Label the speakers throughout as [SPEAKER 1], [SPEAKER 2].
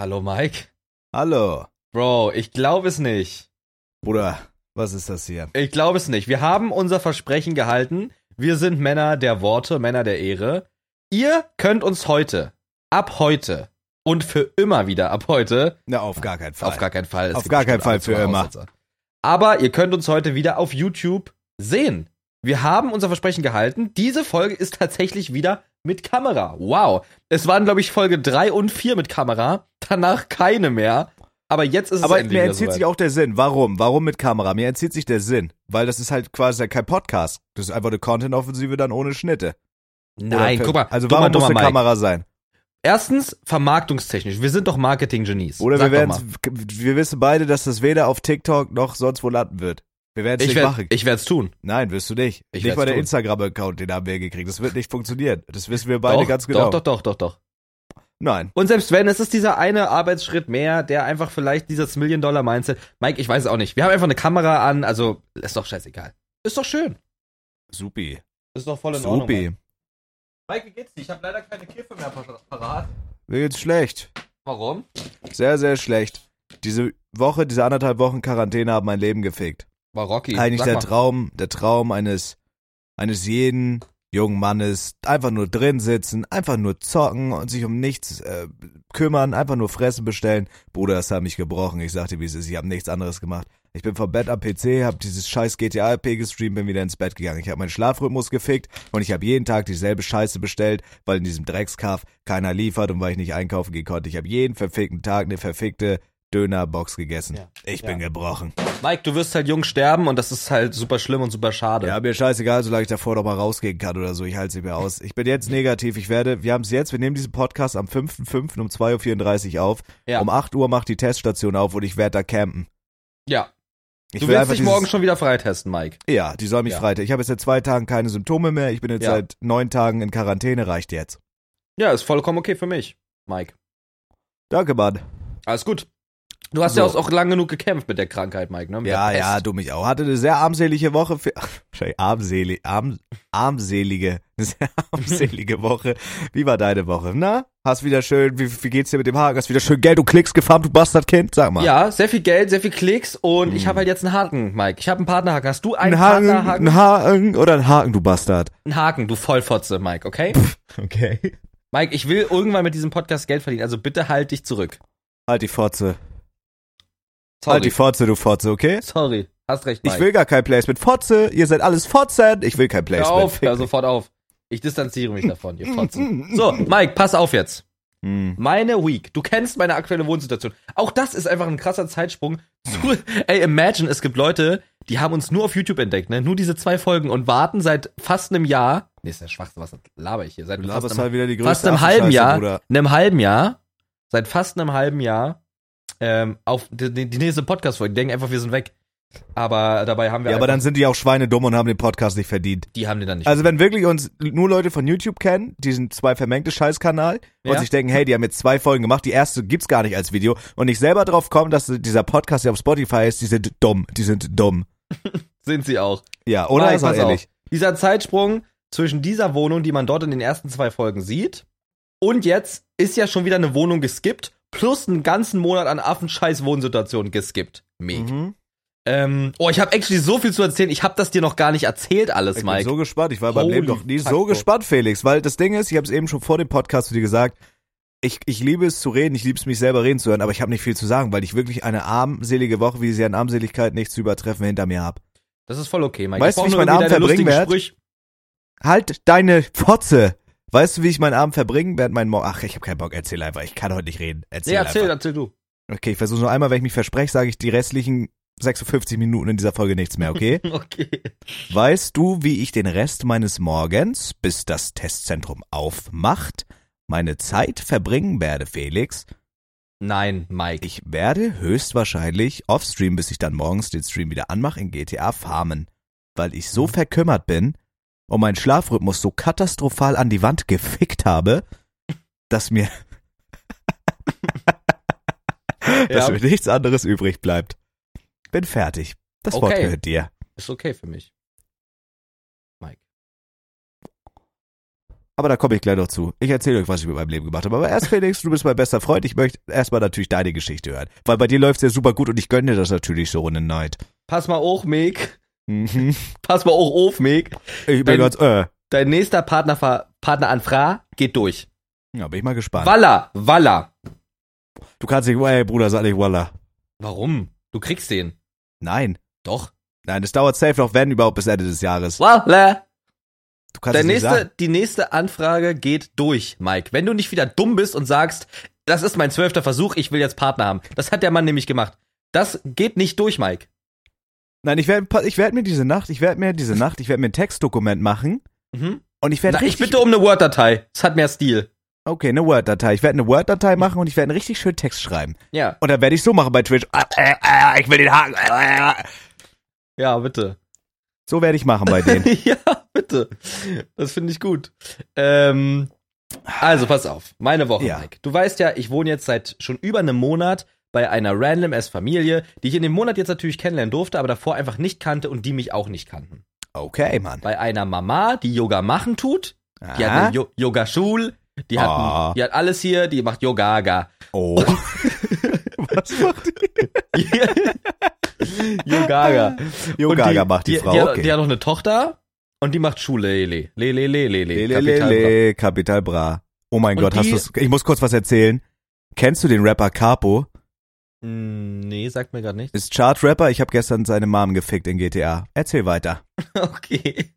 [SPEAKER 1] Hallo Mike.
[SPEAKER 2] Hallo,
[SPEAKER 1] Bro, ich glaube es nicht.
[SPEAKER 2] Bruder, was ist das hier?
[SPEAKER 1] Ich glaube es nicht. Wir haben unser Versprechen gehalten. Wir sind Männer der Worte, Männer der Ehre. Ihr könnt uns heute, ab heute und für immer wieder ab heute,
[SPEAKER 2] Na, auf gar keinen Fall.
[SPEAKER 1] auf gar keinen Fall. es
[SPEAKER 2] Auf
[SPEAKER 1] gibt
[SPEAKER 2] gar keinen
[SPEAKER 1] bestimmt
[SPEAKER 2] Fall
[SPEAKER 1] ab und zu
[SPEAKER 2] für
[SPEAKER 1] mal
[SPEAKER 2] immer.
[SPEAKER 1] Aussetzer. Aber ihr könnt uns heute wieder auf YouTube sehen. Wir haben unser Versprechen gehalten. Diese Folge ist tatsächlich wieder mit Kamera. Wow. Es waren, glaube ich, Folge 3 und 4 mit Kamera. Danach keine mehr. Aber jetzt ist es
[SPEAKER 2] Aber
[SPEAKER 1] endlich
[SPEAKER 2] mir
[SPEAKER 1] wieder
[SPEAKER 2] entzieht
[SPEAKER 1] soweit.
[SPEAKER 2] sich auch der Sinn. Warum? Warum mit Kamera? Mir entzieht sich der Sinn. Weil das ist halt quasi kein Podcast. Das ist einfach eine Content-Offensive dann ohne Schnitte.
[SPEAKER 1] Nein,
[SPEAKER 2] Oder-
[SPEAKER 1] guck mal.
[SPEAKER 2] Also
[SPEAKER 1] dummer,
[SPEAKER 2] warum muss
[SPEAKER 1] dummer
[SPEAKER 2] eine
[SPEAKER 1] Mike.
[SPEAKER 2] Kamera sein?
[SPEAKER 1] Erstens, vermarktungstechnisch. Wir sind doch Marketing-Genies.
[SPEAKER 2] Oder
[SPEAKER 1] Sag
[SPEAKER 2] wir
[SPEAKER 1] doch
[SPEAKER 2] werden,
[SPEAKER 1] mal.
[SPEAKER 2] wir wissen beide, dass das weder auf TikTok noch sonst wo landen wird. Wir werden es
[SPEAKER 1] Ich
[SPEAKER 2] nicht
[SPEAKER 1] werde
[SPEAKER 2] machen.
[SPEAKER 1] ich werd's tun.
[SPEAKER 2] Nein, wirst du nicht. nicht
[SPEAKER 1] Ich werd's
[SPEAKER 2] mal der
[SPEAKER 1] tun.
[SPEAKER 2] Instagram-Account, den haben wir gekriegt. Das wird nicht funktionieren. Das wissen wir beide
[SPEAKER 1] doch,
[SPEAKER 2] ganz genau.
[SPEAKER 1] Doch, doch, doch, doch, doch.
[SPEAKER 2] Nein.
[SPEAKER 1] Und selbst wenn, es ist dieser eine Arbeitsschritt mehr, der einfach vielleicht dieses Million-Dollar-Mindset. Mike, ich weiß es auch nicht. Wir haben einfach eine Kamera an, also ist doch scheißegal. Ist doch schön.
[SPEAKER 2] Supi.
[SPEAKER 1] Ist doch voll in Ordnung. Mike.
[SPEAKER 2] Supi.
[SPEAKER 1] Mike, wie geht's dir? Ich habe leider keine Kiffe mehr parat.
[SPEAKER 2] Mir geht's schlecht.
[SPEAKER 1] Warum?
[SPEAKER 2] Sehr, sehr schlecht. Diese Woche, diese anderthalb Wochen Quarantäne haben mein Leben gefickt.
[SPEAKER 1] War Rocky.
[SPEAKER 2] Eigentlich
[SPEAKER 1] Sag
[SPEAKER 2] der
[SPEAKER 1] mal.
[SPEAKER 2] Traum, der Traum eines, eines jeden jungen Mannes. Einfach nur drin sitzen, einfach nur zocken und sich um nichts äh, kümmern, einfach nur Fressen bestellen. Bruder, das hat mich gebrochen. Ich sagte, wie es ist, ich habe nichts anderes gemacht. Ich bin vom Bett am PC, habe dieses scheiß GTA-RP gestreamt, bin wieder ins Bett gegangen. Ich habe meinen Schlafrhythmus gefickt und ich habe jeden Tag dieselbe Scheiße bestellt, weil in diesem Dreckskaff keiner liefert und weil ich nicht einkaufen gehen konnte. Ich habe jeden verfickten Tag eine verfickte Dönerbox gegessen.
[SPEAKER 1] Ja.
[SPEAKER 2] Ich
[SPEAKER 1] Ja.
[SPEAKER 2] bin gebrochen.
[SPEAKER 1] Mike, du wirst halt jung sterben und das ist halt super schlimm und super schade.
[SPEAKER 2] Ja, mir scheißegal, solange ich davor noch mal rausgehen kann oder so. Ich halte sie mir aus. Ich bin jetzt negativ. Ich werde, wir haben es jetzt, wir nehmen diesen Podcast am 5.5. um 2.34 Uhr auf.
[SPEAKER 1] Ja.
[SPEAKER 2] Um 8 Uhr macht die Teststation auf und ich werde da campen.
[SPEAKER 1] Ja.
[SPEAKER 2] Ich
[SPEAKER 1] Du
[SPEAKER 2] will
[SPEAKER 1] willst
[SPEAKER 2] einfach
[SPEAKER 1] dich
[SPEAKER 2] dieses-
[SPEAKER 1] morgen schon wieder freitesten, Mike.
[SPEAKER 2] Ja, die soll mich
[SPEAKER 1] Ja.
[SPEAKER 2] freitag. Ich habe jetzt seit zwei Tagen keine Symptome mehr. Ich bin jetzt
[SPEAKER 1] Ja.
[SPEAKER 2] seit neun Tagen in Quarantäne. Reicht jetzt.
[SPEAKER 1] Ja, ist vollkommen okay für mich, Mike.
[SPEAKER 2] Danke, Mann.
[SPEAKER 1] Alles gut. Du hast
[SPEAKER 2] So.
[SPEAKER 1] ja auch, auch lang genug gekämpft mit der Krankheit, Mike, ne? Mit
[SPEAKER 2] Ja,
[SPEAKER 1] der Pest.
[SPEAKER 2] ja, du mich auch. Hatte eine sehr armselige Woche. Für, Schei- armselig, arm, armselige, eine sehr armselige Woche. Wie war deine Woche? Na, hast wieder schön, wie, wie geht's dir mit dem Haken? Hast wieder schön Geld und Klicks gefarmt, du Bastardkind? Sag mal.
[SPEAKER 1] Ja, sehr viel Geld, sehr viel Klicks und ich habe halt jetzt einen Haken, Mike. Ich habe einen Partnerhaken. Hast du einen
[SPEAKER 2] Ein Haken,
[SPEAKER 1] Partnerhaken?
[SPEAKER 2] ein Haken oder ein Haken, du Bastard.
[SPEAKER 1] Einen Haken, du Vollfotze, Mike, okay?
[SPEAKER 2] Okay.
[SPEAKER 1] Mike, ich will irgendwann mit diesem Podcast Geld verdienen, also bitte halt dich zurück.
[SPEAKER 2] Halt die Fotze. Halt die
[SPEAKER 1] Sorry.
[SPEAKER 2] Fotze, du Fotze, okay?
[SPEAKER 1] Sorry. Hast recht, Mike.
[SPEAKER 2] Ich will gar kein Placement. Fotze, ihr seid alles Fotzen. Ich will kein
[SPEAKER 1] Hör
[SPEAKER 2] Placement.
[SPEAKER 1] auf,
[SPEAKER 2] Fick
[SPEAKER 1] hör
[SPEAKER 2] dich.
[SPEAKER 1] sofort auf. Ich distanziere mich davon, ihr Fotzen. So, Mike, pass auf jetzt.
[SPEAKER 2] Hm.
[SPEAKER 1] Meine Week. Du kennst meine aktuelle Wohnsituation. Auch das ist einfach ein krasser Zeitsprung. Zu, ey, imagine, es gibt Leute, die haben uns nur auf YouTube entdeckt, ne? Nur diese zwei Folgen und warten seit fast einem Jahr. Nee, ist ja Schwachsinn, was laber ich hier? Seit
[SPEAKER 2] Du
[SPEAKER 1] fast
[SPEAKER 2] laberst
[SPEAKER 1] einem,
[SPEAKER 2] halt wieder die größte
[SPEAKER 1] fast einem halben
[SPEAKER 2] Affenscheiße,
[SPEAKER 1] Jahr,
[SPEAKER 2] Bruder.
[SPEAKER 1] einem halben Jahr, seit fast einem halben Jahr, ähm, auf die, die die nächste Podcast-Folge. Die denken einfach, wir sind weg. Aber dabei haben wir
[SPEAKER 2] Ja, aber
[SPEAKER 1] einfach,
[SPEAKER 2] dann sind die auch Schweine dumm und haben den Podcast nicht verdient.
[SPEAKER 1] die haben den dann nicht.
[SPEAKER 2] Also wenn wirklich uns nur Leute von YouTube kennen, diesen zwei vermengte Scheißkanal,
[SPEAKER 1] Ja.
[SPEAKER 2] und sich denken, hey, die haben jetzt zwei Folgen gemacht, die erste gibt's gar nicht als Video, und ich selber drauf komme, dass dieser Podcast ja auf Spotify ist, die sind dumm, die sind dumm.
[SPEAKER 1] sind sie auch.
[SPEAKER 2] Ja, oder?
[SPEAKER 1] Mike,
[SPEAKER 2] Sag
[SPEAKER 1] pass
[SPEAKER 2] ehrlich.
[SPEAKER 1] auf. Dieser Zeitsprung zwischen dieser Wohnung, die man dort in den ersten zwei Folgen sieht, und jetzt ist ja schon wieder eine Wohnung geskippt, plus einen ganzen Monat an Affenscheiß-Wohnsituationen geskippt. Meg.
[SPEAKER 2] Mhm.
[SPEAKER 1] Ähm, oh, ich habe actually so viel zu erzählen. Ich habe das dir noch gar nicht erzählt alles,
[SPEAKER 2] Ich bin
[SPEAKER 1] Mike.
[SPEAKER 2] so gespannt. Ich war beim
[SPEAKER 1] Holy
[SPEAKER 2] Leben noch nie
[SPEAKER 1] fuck, oh.
[SPEAKER 2] so
[SPEAKER 1] Bro.
[SPEAKER 2] gespannt, Felix. Weil das Ding ist, ich habe es eben schon vor dem Podcast zu dir gesagt, ich, ich liebe es zu reden, ich liebe es mich selber reden zu hören, aber ich habe nicht viel zu sagen, weil ich wirklich eine armselige Woche, wie sie an Armseligkeit nichts zu übertreffen, hinter mir habe.
[SPEAKER 1] das ist voll okay, Mike.
[SPEAKER 2] Weißt du,
[SPEAKER 1] brauch
[SPEAKER 2] wie ich
[SPEAKER 1] nur
[SPEAKER 2] meinen
[SPEAKER 1] irgendwie
[SPEAKER 2] Abend
[SPEAKER 1] deine
[SPEAKER 2] verbringen
[SPEAKER 1] lustigen
[SPEAKER 2] werd?
[SPEAKER 1] Sprüche.
[SPEAKER 2] Halt deine Fotze! Weißt du, wie ich meinen Abend verbringen werde? Mein Morgen. Ach, ich habe keinen Bock. Erzähl einfach. Ich kann heute nicht reden. Erzähl,
[SPEAKER 1] Nee, erzähl,
[SPEAKER 2] einfach.
[SPEAKER 1] erzähl du.
[SPEAKER 2] Okay, ich versuche nur einmal, wenn ich mich verspreche, sage ich die restlichen 56 Minuten in dieser Folge nichts mehr, okay?
[SPEAKER 1] Okay.
[SPEAKER 2] Weißt du, wie ich den Rest meines Morgens, bis das Testzentrum aufmacht, meine Zeit verbringen werde, Felix?
[SPEAKER 1] Nein, Mike.
[SPEAKER 2] Ich werde höchstwahrscheinlich offstream, bis ich dann morgens den Stream wieder anmache, in GTA farmen, weil ich so verkümmert bin und meinen Schlafrhythmus so katastrophal an die Wand gefickt habe, dass mir, dass
[SPEAKER 1] ja,
[SPEAKER 2] mir nichts anderes übrig bleibt. Bin fertig. Das Wort
[SPEAKER 1] Okay.
[SPEAKER 2] gehört dir.
[SPEAKER 1] ist okay für mich. Mike.
[SPEAKER 2] Aber da komme ich gleich noch zu. Ich erzähle euch, was ich mit meinem Leben gemacht habe. Aber erst, Felix, du bist mein bester Freund. Ich möchte erstmal natürlich deine Geschichte hören. Weil bei dir läuft's ja super gut und ich gönne dir das natürlich so ohne Neid.
[SPEAKER 1] Pass mal hoch, Meg.
[SPEAKER 2] Mhm.
[SPEAKER 1] Pass mal hoch auf, Meg.
[SPEAKER 2] Ich bin
[SPEAKER 1] Dein-
[SPEAKER 2] ganz, äh.
[SPEAKER 1] Dein nächster Partner, Partner an Fra geht durch.
[SPEAKER 2] Ja, bin ich mal gespannt.
[SPEAKER 1] Walla, Walla.
[SPEAKER 2] Du kannst nicht, ey, Bruder, sag nicht Walla.
[SPEAKER 1] Warum? Du kriegst den.
[SPEAKER 2] Nein.
[SPEAKER 1] Doch.
[SPEAKER 2] Nein, es dauert safe noch, wenn überhaupt, bis Ende des Jahres.
[SPEAKER 1] Walla.
[SPEAKER 2] Du kannst
[SPEAKER 1] Der
[SPEAKER 2] es nicht sagen.
[SPEAKER 1] nächste, die nächste Anfrage geht durch, Mike. Wenn du nicht wieder dumm bist und sagst, das ist mein zwölfter Versuch, ich will jetzt Partner haben. Das hat der Mann nämlich gemacht. Das geht nicht durch, Mike.
[SPEAKER 2] Nein, ich werde ich werd mir diese Nacht, ich werde mir diese Nacht, ich werde mir ein Textdokument machen
[SPEAKER 1] Mhm.
[SPEAKER 2] und ich werde
[SPEAKER 1] Na, ich bitte um eine Word-Datei. Das hat mehr Stil.
[SPEAKER 2] Okay, eine Word-Datei. Ich werde eine Word-Datei machen und ich werde einen richtig schönen Text schreiben.
[SPEAKER 1] Ja,
[SPEAKER 2] Und dann werde ich so machen bei Twitch. Ah, äh, äh, ich will den Haken. Äh, äh.
[SPEAKER 1] ja, bitte.
[SPEAKER 2] So werde ich machen bei denen.
[SPEAKER 1] ja, bitte. Das finde ich gut. Ähm, also, pass auf. Meine Woche,
[SPEAKER 2] Ja.
[SPEAKER 1] Mike. Du weißt ja, ich wohne jetzt seit schon über einem Monat bei einer Random-Ass-Familie, die ich in dem Monat jetzt natürlich kennenlernen durfte, aber davor einfach nicht kannte und die mich auch nicht kannten.
[SPEAKER 2] Okay, Mann.
[SPEAKER 1] Bei einer Mama, die Yoga machen tut, die hat
[SPEAKER 2] Ah,
[SPEAKER 1] eine jo Yoga-Schul, die, hat
[SPEAKER 2] Ah.
[SPEAKER 1] ein- die hat alles hier, die macht Yogaga.
[SPEAKER 2] oh. Was macht die?
[SPEAKER 1] Yogaga.
[SPEAKER 2] Yogaga
[SPEAKER 1] Und
[SPEAKER 2] macht die, Frau.
[SPEAKER 1] Die, hat-
[SPEAKER 2] okay.
[SPEAKER 1] die hat noch eine Tochter und die macht Schulele. Lele, lele, lele. Kapital-
[SPEAKER 2] Lelelele, Kapital Bra. Oh mein
[SPEAKER 1] Und
[SPEAKER 2] Gott, hast
[SPEAKER 1] die-
[SPEAKER 2] du's, ich muss kurz was erzählen. Kennst du den Rapper Capo?
[SPEAKER 1] Mm, Nee, sagt mir gerade nicht.
[SPEAKER 2] Ist Chart-Rapper. Ich habe gestern seine Mom gefickt in GTA. Erzähl weiter.
[SPEAKER 1] Okay.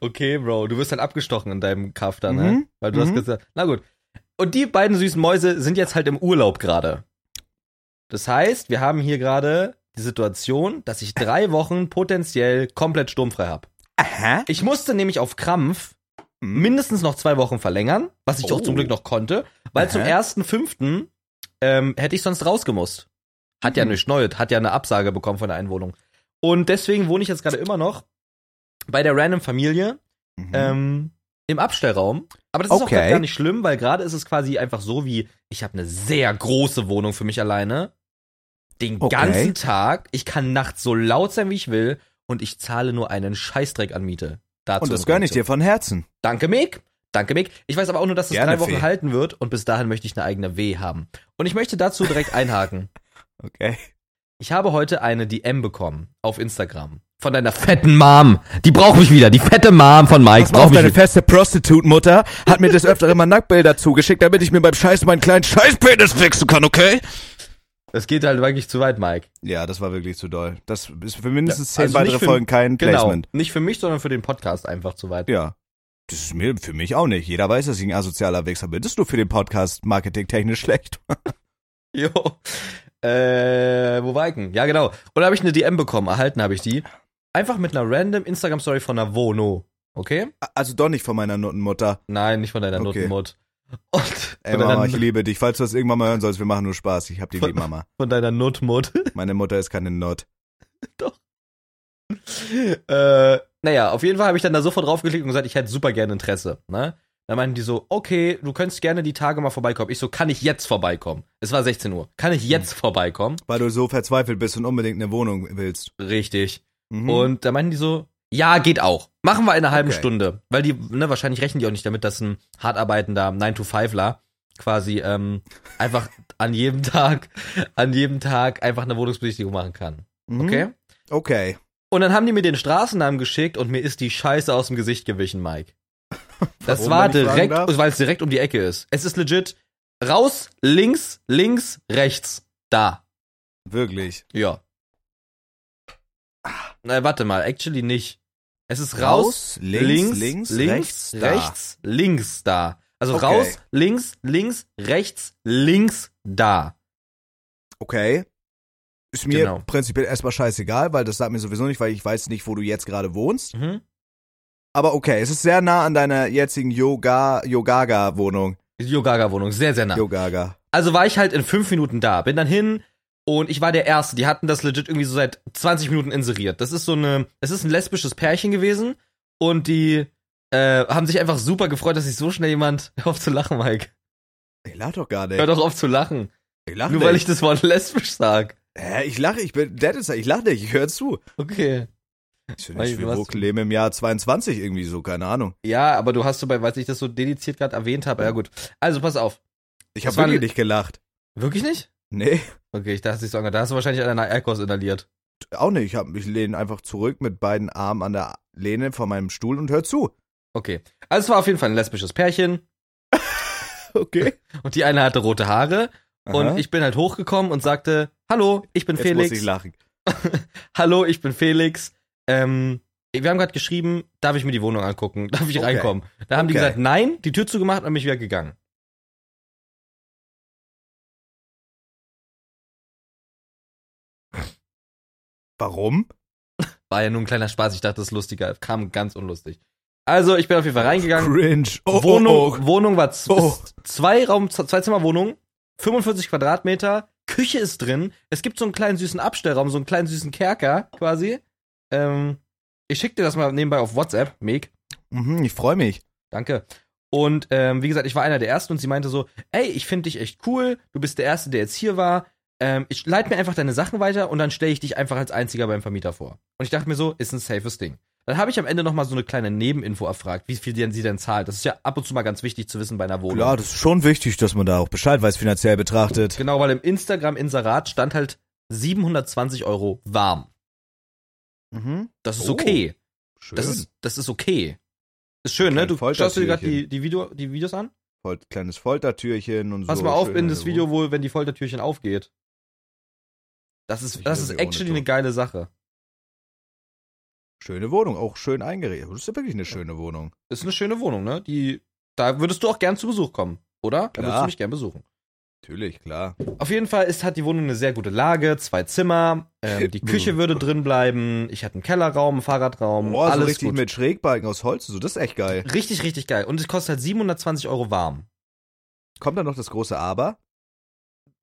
[SPEAKER 1] Okay, Bro. Du wirst dann abgestochen in deinem Kafter, ne?
[SPEAKER 2] Mhm.
[SPEAKER 1] Weil du hast
[SPEAKER 2] Mhm.
[SPEAKER 1] gesagt. Na gut. Und die beiden süßen Mäuse sind jetzt halt im Urlaub gerade. Das heißt, wir haben hier gerade die Situation, dass ich drei Wochen potenziell komplett sturmfrei habe.
[SPEAKER 2] Aha.
[SPEAKER 1] Ich musste nämlich auf Krampf
[SPEAKER 2] Mhm.
[SPEAKER 1] mindestens noch zwei Wochen verlängern, was ich auch
[SPEAKER 2] Oh.
[SPEAKER 1] zum Glück noch konnte, weil
[SPEAKER 2] Aha.
[SPEAKER 1] zum 1.5. Ähm, hätte ich sonst rausgemusst. Hat ja
[SPEAKER 2] Mhm.
[SPEAKER 1] nicht neu, hat ja eine Absage bekommen von der Einwohnung. Und deswegen wohne ich jetzt gerade immer noch bei der random Familie
[SPEAKER 2] Mhm.
[SPEAKER 1] ähm, im Abstellraum. Aber das ist
[SPEAKER 2] Okay.
[SPEAKER 1] auch grad gar nicht schlimm, weil gerade ist es quasi einfach so wie, ich habe eine sehr große Wohnung für mich alleine. Den
[SPEAKER 2] Okay.
[SPEAKER 1] ganzen Tag. Ich kann nachts so laut sein, wie ich will. Und ich zahle nur einen Scheißdreck an Miete. Dazu
[SPEAKER 2] Und das
[SPEAKER 1] noch
[SPEAKER 2] gönne ich
[SPEAKER 1] dazu.
[SPEAKER 2] dir von Herzen.
[SPEAKER 1] Danke, Mick. Danke, Mick. Ich weiß aber auch nur, dass es
[SPEAKER 2] Gerne,
[SPEAKER 1] drei Wochen
[SPEAKER 2] Fee.
[SPEAKER 1] halten wird und bis dahin möchte ich eine eigene W haben. Und ich möchte dazu direkt einhaken.
[SPEAKER 2] Okay.
[SPEAKER 1] Ich habe heute eine DM bekommen auf Instagram von deiner fetten Mom. Die braucht mich wieder. Die fette Mom von Mike
[SPEAKER 2] Pass mal auf,
[SPEAKER 1] braucht mich
[SPEAKER 2] deine
[SPEAKER 1] wieder.
[SPEAKER 2] feste Prostitute-Mutter hat mir des Öfteren mal Nacktbilder zugeschickt, damit ich mir beim Scheiß meinen kleinen Scheißpenis fixen kann, okay?
[SPEAKER 1] Es geht halt wirklich zu weit, Mike.
[SPEAKER 2] Ja, das war wirklich zu doll. Das ist für mindestens zehn
[SPEAKER 1] Ja, also nicht
[SPEAKER 2] weitere
[SPEAKER 1] für-
[SPEAKER 2] Folgen kein Placement.
[SPEAKER 1] Genau. Nicht für mich, sondern für den Podcast einfach zu weit.
[SPEAKER 2] Ja. Das ist mir für mich auch nicht. Jeder weiß, dass ich ein asozialer Wichser bin. Das ist nur für den Podcast marketingtechnisch schlecht.
[SPEAKER 1] Jo. Äh, wo war ich denn? Ja, genau. Und da habe ich eine DM bekommen. Erhalten habe ich die. Einfach mit einer random Instagram-Story von einer Wono. Okay?
[SPEAKER 2] Also doch nicht von meiner Nuttenmutter.
[SPEAKER 1] Nein, nicht von deiner
[SPEAKER 2] Okay.
[SPEAKER 1] Notenmut. Und
[SPEAKER 2] Ey
[SPEAKER 1] von,
[SPEAKER 2] Mama, ich
[SPEAKER 1] deiner,
[SPEAKER 2] liebe dich. Falls du das irgendwann mal hören sollst, wir machen nur Spaß. Ich hab die lieb, Mama.
[SPEAKER 1] von deiner Notmut.
[SPEAKER 2] Meine Mutter ist keine Not.
[SPEAKER 1] äh, naja, auf jeden Fall habe ich dann da sofort draufgeklickt und gesagt, ich hätte super gerne Interesse. Ne? Dann meinten die so, okay, du könntest gerne die Tage mal vorbeikommen. Ich so, kann ich jetzt vorbeikommen? Es war 16 Uhr. Kann ich jetzt vorbeikommen?
[SPEAKER 2] Weil du so verzweifelt bist und unbedingt eine Wohnung willst.
[SPEAKER 1] Richtig.
[SPEAKER 2] Mhm.
[SPEAKER 1] Und da meinten die so, ja, geht auch. Machen wir in einer halben
[SPEAKER 2] Okay.
[SPEAKER 1] Stunde. Weil die, ne, wahrscheinlich rechnen die auch nicht damit, dass ein hart arbeitender 9-to-5ler quasi ähm, einfach an jedem Tag, an jedem Tag einfach eine Wohnungsbesichtigung machen kann.
[SPEAKER 2] Mhm.
[SPEAKER 1] Okay?
[SPEAKER 2] Okay.
[SPEAKER 1] Und dann haben die mir den Straßennamen geschickt und mir ist die Scheiße aus dem Gesicht gewichen, Mike. Das
[SPEAKER 2] Warum,
[SPEAKER 1] war
[SPEAKER 2] wenn ich fragen
[SPEAKER 1] direkt,
[SPEAKER 2] darf?
[SPEAKER 1] weil es direkt um die Ecke ist. Es ist legit raus, links, links, rechts. Da.
[SPEAKER 2] Wirklich.
[SPEAKER 1] Ja. Na, warte mal, actually nicht. Es ist raus, links, links, links, rechts, links, da. Also
[SPEAKER 2] Okay.
[SPEAKER 1] raus, links, links, rechts, links, da.
[SPEAKER 2] Okay. Ist mir
[SPEAKER 1] Genau.
[SPEAKER 2] prinzipiell erstmal scheißegal, weil das sagt mir sowieso nicht, weil ich weiß nicht, wo du jetzt gerade wohnst.
[SPEAKER 1] Mhm.
[SPEAKER 2] Aber okay, es ist sehr nah an deiner jetzigen Yoga, Yogaga-Wohnung.
[SPEAKER 1] Yogaga-Wohnung, sehr, sehr nah.
[SPEAKER 2] Yogaga.
[SPEAKER 1] Also war ich halt in fünf Minuten da, bin dann hin und ich war der Erste. Die hatten das legit irgendwie so seit 20 Minuten inseriert. Das ist so eine, es ist ein lesbisches Pärchen gewesen und die äh, haben sich einfach super gefreut, dass sich so schnell jemand. Hör auf zu lachen, Mike.
[SPEAKER 2] Ich lach doch gar nicht.
[SPEAKER 1] Hör doch auf zu lachen.
[SPEAKER 2] ich lach
[SPEAKER 1] Nur
[SPEAKER 2] nicht.
[SPEAKER 1] weil ich das Wort lesbisch sag.
[SPEAKER 2] Hä, ich lache, ich bin Dennis, ich lach nicht, ich höre zu.
[SPEAKER 1] Okay.
[SPEAKER 2] Ich finde nicht,
[SPEAKER 1] Weil
[SPEAKER 2] wir
[SPEAKER 1] was-
[SPEAKER 2] Ruck leben im Jahr 22 irgendwie so, keine Ahnung.
[SPEAKER 1] Ja, aber du hast so bei, weiß ich das so dediziert gerade erwähnt habe. Ja gut. Also pass auf.
[SPEAKER 2] Ich
[SPEAKER 1] Das
[SPEAKER 2] habe
[SPEAKER 1] war-
[SPEAKER 2] wirklich nicht gelacht.
[SPEAKER 1] Wirklich nicht?
[SPEAKER 2] Nee,
[SPEAKER 1] Okay, ich dachte, ich so da hast du wahrscheinlich einen Alkos inhaliert.
[SPEAKER 2] auch nicht. Ich, hab, ich lehne einfach zurück mit beiden Armen an der Lehne von meinem Stuhl und hör zu.
[SPEAKER 1] Okay. Also es war auf jeden Fall ein lesbisches Pärchen
[SPEAKER 2] Okay.
[SPEAKER 1] und die eine hatte rote Haare und ich bin halt hochgekommen und sagte, hallo, ich bin
[SPEAKER 2] Jetzt
[SPEAKER 1] Felix.
[SPEAKER 2] muss ich lachen.
[SPEAKER 1] Hallo, ich bin Felix. Ähm, wir haben gerade geschrieben, darf ich mir die Wohnung angucken? Darf ich
[SPEAKER 2] Okay.
[SPEAKER 1] reinkommen? Da haben die
[SPEAKER 2] Okay.
[SPEAKER 1] gesagt, nein, die Tür zugemacht und mich wieder gegangen.
[SPEAKER 2] Warum?
[SPEAKER 1] War ja nur ein kleiner Spaß, ich dachte, das ist lustiger. Kam ganz unlustig. Also, ich bin auf jeden Fall reingegangen.
[SPEAKER 2] Cringe. Oh,
[SPEAKER 1] Wohnung,
[SPEAKER 2] oh, oh.
[SPEAKER 1] Wohnung war z-
[SPEAKER 2] Oh.
[SPEAKER 1] ist zwei Raum, z- zwei Zimmer Wohnung, 45 Quadratmeter, Küche ist drin. Es gibt so einen kleinen süßen Abstellraum, so einen kleinen süßen Kerker quasi. Ähm, ich schick dir das mal nebenbei auf WhatsApp, Meg.
[SPEAKER 2] Mhm, ich freue mich.
[SPEAKER 1] Danke. Und ähm, wie gesagt, ich war einer der ersten und sie meinte so, ey, ich finde dich echt cool, du bist der Erste, der jetzt hier war. Ähm, ich leite mir einfach deine Sachen weiter und dann stelle ich dich einfach als einziger beim Vermieter vor. Und ich dachte mir so, ist ein safes Ding. Dann habe ich am Ende nochmal so eine kleine Nebeninfo erfragt, wie viel denn sie denn zahlt. Das ist ja ab und zu mal ganz wichtig zu wissen bei einer Wohnung.
[SPEAKER 2] Klar, das ist schon wichtig, dass man da auch Bescheid weiß, finanziell betrachtet.
[SPEAKER 1] Genau, weil im Instagram-Inserat stand halt 720 Euro warm.
[SPEAKER 2] Mhm.
[SPEAKER 1] Das ist
[SPEAKER 2] Oh,
[SPEAKER 1] okay.
[SPEAKER 2] Schön.
[SPEAKER 1] Das ist, das ist okay. Ist schön,
[SPEAKER 2] Ein
[SPEAKER 1] ne? Du
[SPEAKER 2] kleines
[SPEAKER 1] schaust dir gerade die,
[SPEAKER 2] Foltertürchen.
[SPEAKER 1] die, Video, die Videos an?
[SPEAKER 2] Fol kleines Foltertürchen und
[SPEAKER 1] Pass
[SPEAKER 2] so.
[SPEAKER 1] mal auf
[SPEAKER 2] Schön
[SPEAKER 1] in
[SPEAKER 2] eine
[SPEAKER 1] das Video, wo, wenn die Foltertürchen aufgeht. Das ist,
[SPEAKER 2] Ich
[SPEAKER 1] das
[SPEAKER 2] will
[SPEAKER 1] ist
[SPEAKER 2] sie ohne
[SPEAKER 1] actually
[SPEAKER 2] Tor.
[SPEAKER 1] eine geile Sache.
[SPEAKER 2] Schöne Wohnung, auch schön eingerichtet. Das ist ja wirklich eine schöne Wohnung.
[SPEAKER 1] Ist eine schöne Wohnung, ne? Die, da würdest du auch gern zu Besuch kommen, oder? Da würdest
[SPEAKER 2] Klar.
[SPEAKER 1] du mich gern besuchen.
[SPEAKER 2] Natürlich, klar.
[SPEAKER 1] Auf jeden Fall ist, hat die Wohnung eine sehr gute Lage, zwei Zimmer, ähm, die Küche würde drin bleiben, ich hatte einen Kellerraum, einen Fahrradraum,
[SPEAKER 2] Hm. Boah, Oh, so
[SPEAKER 1] Um alles
[SPEAKER 2] richtig
[SPEAKER 1] gut.
[SPEAKER 2] mit Schrägbalken aus Holz und so, das ist echt geil.
[SPEAKER 1] Richtig, richtig geil. Und es kostet halt 720 Euro warm.
[SPEAKER 2] Kommt dann noch das große Aber?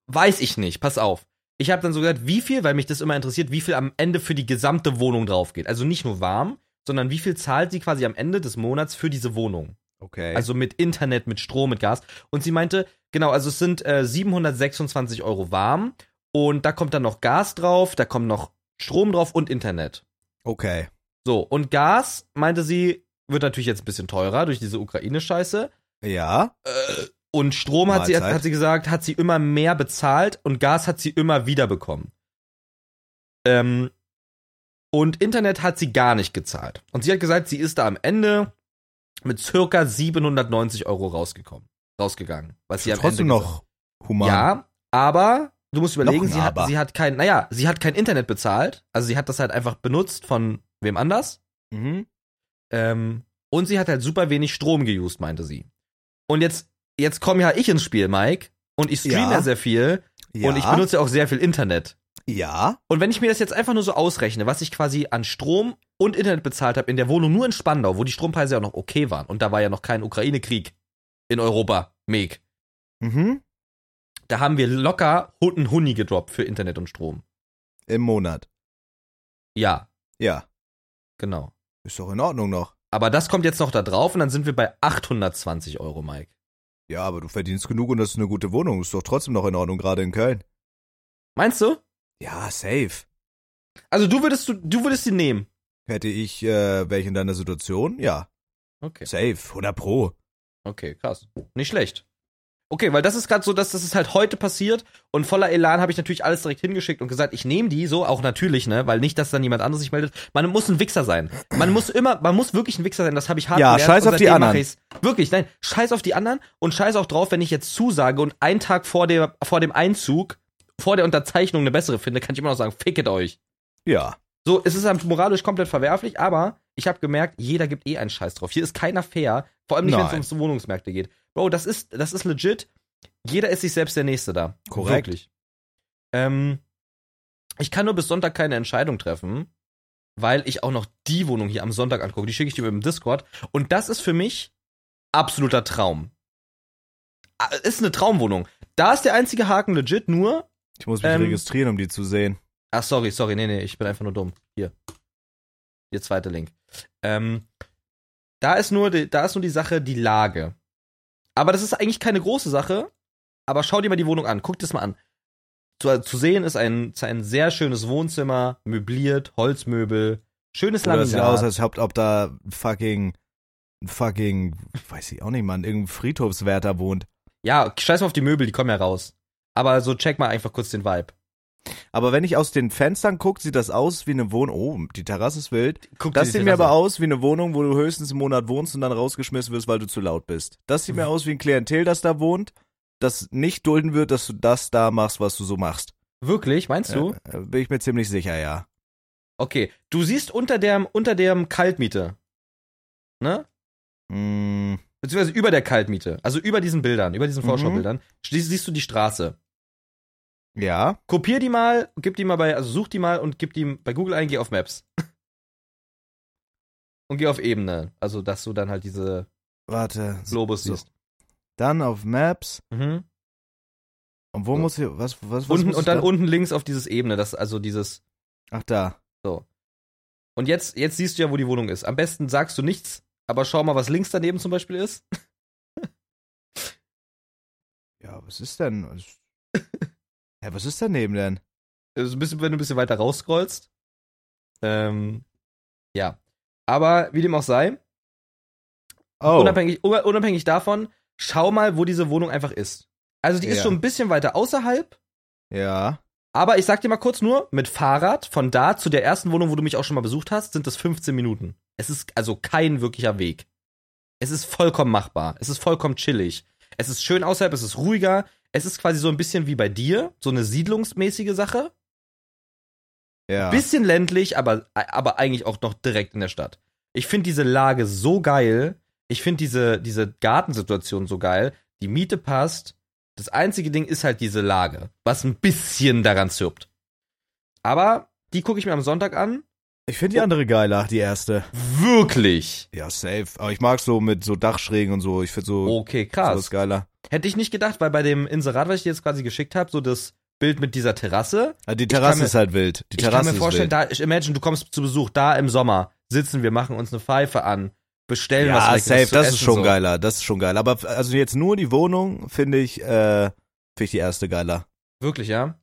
[SPEAKER 1] Weiß ich nicht, pass auf. Ich habe dann so gesagt, wie viel, weil mich das immer interessiert, wie viel am Ende für die gesamte Wohnung draufgeht. Also nicht nur warm, sondern wie viel zahlt sie quasi am Ende des Monats für diese Wohnung.
[SPEAKER 2] Okay.
[SPEAKER 1] Also mit Internet, mit Strom, mit Gas. Und sie meinte, genau, also es sind äh, 726 Euro warm und da kommt dann noch Gas drauf, da kommt noch Strom drauf und Internet.
[SPEAKER 2] okay.
[SPEAKER 1] So, und Gas, meinte sie, wird natürlich jetzt ein bisschen teurer durch diese Ukraine-Scheiße.
[SPEAKER 2] Ja.
[SPEAKER 1] Äh, Und Strom hat sie,
[SPEAKER 2] Mahlzeit.
[SPEAKER 1] hat sie gesagt, hat sie immer mehr bezahlt und Gas hat sie immer wieder bekommen. Ähm, und Internet hat sie gar nicht gezahlt. Und sie hat gesagt, sie ist da am Ende mit circa 790 Euro rausgekommen, rausgegangen. Was sie am
[SPEAKER 2] Trotzdem
[SPEAKER 1] Ende
[SPEAKER 2] noch human.
[SPEAKER 1] ja, aber du musst überlegen,
[SPEAKER 2] Noch ein
[SPEAKER 1] sie hat,
[SPEAKER 2] Aber.
[SPEAKER 1] sie hat kein, naja, sie hat kein Internet bezahlt. Also sie hat das halt einfach benutzt von wem anders.
[SPEAKER 2] Mhm.
[SPEAKER 1] Ähm, und sie hat halt super wenig Strom geused, meinte sie. Und jetzt, jetzt komme ja ich ins Spiel, Mike. Und ich streame
[SPEAKER 2] Ja.
[SPEAKER 1] ja sehr viel.
[SPEAKER 2] ja.
[SPEAKER 1] Und ich benutze ja auch sehr viel Internet.
[SPEAKER 2] Ja.
[SPEAKER 1] Und wenn ich mir das jetzt einfach nur so ausrechne, was ich quasi an Strom und Internet bezahlt habe in der Wohnung nur in Spandau, wo die Strompreise ja auch noch okay waren. Und da war ja noch kein Ukraine-Krieg in Europa. Meg.
[SPEAKER 2] Mhm.
[SPEAKER 1] Da haben wir locker einen Huni gedroppt für Internet und Strom.
[SPEAKER 2] Im Monat.
[SPEAKER 1] Ja,
[SPEAKER 2] Ja.
[SPEAKER 1] genau.
[SPEAKER 2] Ist doch in Ordnung noch.
[SPEAKER 1] Aber das kommt jetzt noch da drauf und dann sind wir bei 820 Euro, Mike.
[SPEAKER 2] Ja, aber du verdienst genug und das ist eine gute Wohnung. Ist doch trotzdem noch in Ordnung, gerade in Köln.
[SPEAKER 1] Meinst du?
[SPEAKER 2] Ja, safe.
[SPEAKER 1] Also du würdest du, du würdest sie nehmen.
[SPEAKER 2] Hätte ich, äh, welche in deiner Situation? Ja.
[SPEAKER 1] Okay.
[SPEAKER 2] Safe. 100 Pro.
[SPEAKER 1] Okay, krass. Nicht schlecht. Okay, weil das ist gerade so, dass das ist halt heute passiert und voller Elan habe ich natürlich alles direkt hingeschickt und gesagt, ich nehme die so, auch natürlich, ne, weil nicht, dass dann jemand anderes sich meldet. Man muss ein Wichser sein. Man muss immer, man muss wirklich ein Wichser sein, das habe ich hart
[SPEAKER 2] Ja,
[SPEAKER 1] gelernt.
[SPEAKER 2] scheiß
[SPEAKER 1] und
[SPEAKER 2] auf die
[SPEAKER 1] seitdem
[SPEAKER 2] anderen.
[SPEAKER 1] mach ich's. Wirklich, nein, scheiß auf die anderen und scheiß auch drauf, wenn ich jetzt zusage und einen Tag vor, der, vor dem Einzug, vor der Unterzeichnung eine bessere finde, kann ich immer noch sagen, ficket euch.
[SPEAKER 2] Ja.
[SPEAKER 1] So, es ist halt moralisch komplett verwerflich, aber ich habe gemerkt, jeder gibt eh einen Scheiß drauf. Hier ist keiner fair, vor allem nicht, wenn es
[SPEAKER 2] Nein.
[SPEAKER 1] ums Wohnungsmärkte geht. Bro, das ist, das ist legit. Jeder ist sich selbst der Nächste da.
[SPEAKER 2] Korrekt.
[SPEAKER 1] Wirklich. Ähm, ich kann nur bis Sonntag keine Entscheidung treffen, weil ich auch noch die Wohnung hier am Sonntag angucke. Die schicke ich dir über im Discord. Und das ist für mich absoluter Traum. Ah, Ist eine Traumwohnung. Da ist der einzige Haken legit nur.
[SPEAKER 2] Ich muss mich
[SPEAKER 1] Ähm.
[SPEAKER 2] registrieren, um die zu sehen.
[SPEAKER 1] Ach, Ah, sorry, sorry, nee, nee, ich bin einfach nur dumm. Hier. Der zweite Link. Ähm, da ist nur, die, da ist nur die Sache, die Lage. Aber das ist eigentlich keine große Sache. Aber schau dir mal die Wohnung an. Guck das mal an. Zu, zu sehen ist ein, ist ein sehr schönes Wohnzimmer, möbliert, Holzmöbel, Schönes
[SPEAKER 2] Oder es sieht aus,
[SPEAKER 1] Laminat.
[SPEAKER 2] als ob, ob da ein fucking, ein fucking, weiß ich auch nicht, Mann, irgendein Friedhofswärter wohnt.
[SPEAKER 1] Ja, scheiß mal auf die Möbel, die kommen ja raus. Aber so check mal einfach kurz den Vibe.
[SPEAKER 2] Aber wenn ich aus den Fenstern gucke, sieht das aus wie eine Wohnung. Oh, die Terrasse ist wild.
[SPEAKER 1] Guck dir
[SPEAKER 2] Das
[SPEAKER 1] die
[SPEAKER 2] sieht mir
[SPEAKER 1] Terrasse
[SPEAKER 2] aber
[SPEAKER 1] an.
[SPEAKER 2] aus wie eine Wohnung, wo du höchstens einen Monat wohnst und dann rausgeschmissen wirst, weil du zu laut bist. Das sieht mir
[SPEAKER 1] Mhm.
[SPEAKER 2] aus wie ein Klientel, das da wohnt, das nicht dulden wird, dass du das da machst, was du so machst.
[SPEAKER 1] Wirklich, meinst du?
[SPEAKER 2] Äh, bin ich mir ziemlich sicher, ja.
[SPEAKER 1] Okay, du siehst unter der, unter der Kaltmiete. Ne?
[SPEAKER 2] Mm,
[SPEAKER 1] Beziehungsweise über der Kaltmiete. Also über diesen Bildern, über diesen
[SPEAKER 2] Mhm.
[SPEAKER 1] Vorschaubildern. sie- Siehst du die Straße.
[SPEAKER 2] ja.
[SPEAKER 1] Kopier die mal, gib die mal bei, also such die mal und gib die bei Google ein, geh auf Maps. Und geh auf Ebene. Also, dass du dann halt diese
[SPEAKER 2] Warte. So,
[SPEAKER 1] Globus
[SPEAKER 2] So.
[SPEAKER 1] siehst.
[SPEAKER 2] Dann auf Maps.
[SPEAKER 1] Mhm.
[SPEAKER 2] Und wo
[SPEAKER 1] So.
[SPEAKER 2] muss ich. Was, was, was
[SPEAKER 1] Unten,
[SPEAKER 2] muss ich
[SPEAKER 1] und dann
[SPEAKER 2] da?
[SPEAKER 1] unten links auf dieses Ebene, das, also dieses.
[SPEAKER 2] Ach, da.
[SPEAKER 1] Und jetzt, jetzt siehst du ja, wo die Wohnung ist. Am besten sagst du nichts, aber schau mal, was links daneben zum Beispiel ist.
[SPEAKER 2] Ja, was ist denn? Was- Hä, was ist daneben denn?
[SPEAKER 1] Also ein bisschen, wenn du ein bisschen weiter rausscrollst. Ähm, ja. Aber wie dem auch sei,
[SPEAKER 2] Oh.
[SPEAKER 1] unabhängig, un- unabhängig davon, schau mal, wo diese Wohnung einfach ist. Also die ist
[SPEAKER 2] Ja.
[SPEAKER 1] schon ein bisschen weiter außerhalb,
[SPEAKER 2] Ja.
[SPEAKER 1] aber ich sag dir mal kurz nur, mit Fahrrad von da zu der ersten Wohnung, wo du mich auch schon mal besucht hast, sind das 15 Minuten. Es ist also kein wirklicher Weg. Es ist vollkommen machbar. Es ist vollkommen chillig. Es ist schön außerhalb, es ist ruhiger. Es ist quasi so ein bisschen wie bei dir, so eine siedlungsmäßige Sache.
[SPEAKER 2] Ja.
[SPEAKER 1] Bisschen ländlich, aber, aber eigentlich auch noch direkt in der Stadt. Ich finde diese Lage so geil. Ich finde diese, diese Gartensituation so geil. Die Miete passt. Das einzige Ding ist halt diese Lage, was ein bisschen daran zirpt. Aber die gucke ich mir am Sonntag an.
[SPEAKER 2] ich finde
[SPEAKER 1] Oh.
[SPEAKER 2] die andere geil, ach, die erste.
[SPEAKER 1] Wirklich.
[SPEAKER 2] Ja, safe. Aber ich mag so mit so Dachschrägen und so. Ich finde so.
[SPEAKER 1] Okay,
[SPEAKER 2] Sowas
[SPEAKER 1] Oh, krass.
[SPEAKER 2] geiler.
[SPEAKER 1] Hätte ich nicht gedacht, weil bei dem Inserat, was ich dir jetzt quasi geschickt habe, so das Bild mit dieser Terrasse.
[SPEAKER 2] Ah, die
[SPEAKER 1] kann
[SPEAKER 2] Terrasse
[SPEAKER 1] mir-
[SPEAKER 2] ist halt wild. Die
[SPEAKER 1] Ich kann
[SPEAKER 2] Terrasse
[SPEAKER 1] mir
[SPEAKER 2] ist
[SPEAKER 1] vorstellen,
[SPEAKER 2] wild.
[SPEAKER 1] da, ich imagine, du kommst zu Besuch, da im Sommer sitzen wir, machen uns eine Pfeife an, bestellen was
[SPEAKER 2] ja,
[SPEAKER 1] Leckeres
[SPEAKER 2] safe,
[SPEAKER 1] zu
[SPEAKER 2] das ist
[SPEAKER 1] essen,
[SPEAKER 2] schon
[SPEAKER 1] so.
[SPEAKER 2] geiler, das ist schon geil. Aber f- also jetzt nur die Wohnung finde ich, äh, finde ich die erste geiler.
[SPEAKER 1] Wirklich, ja?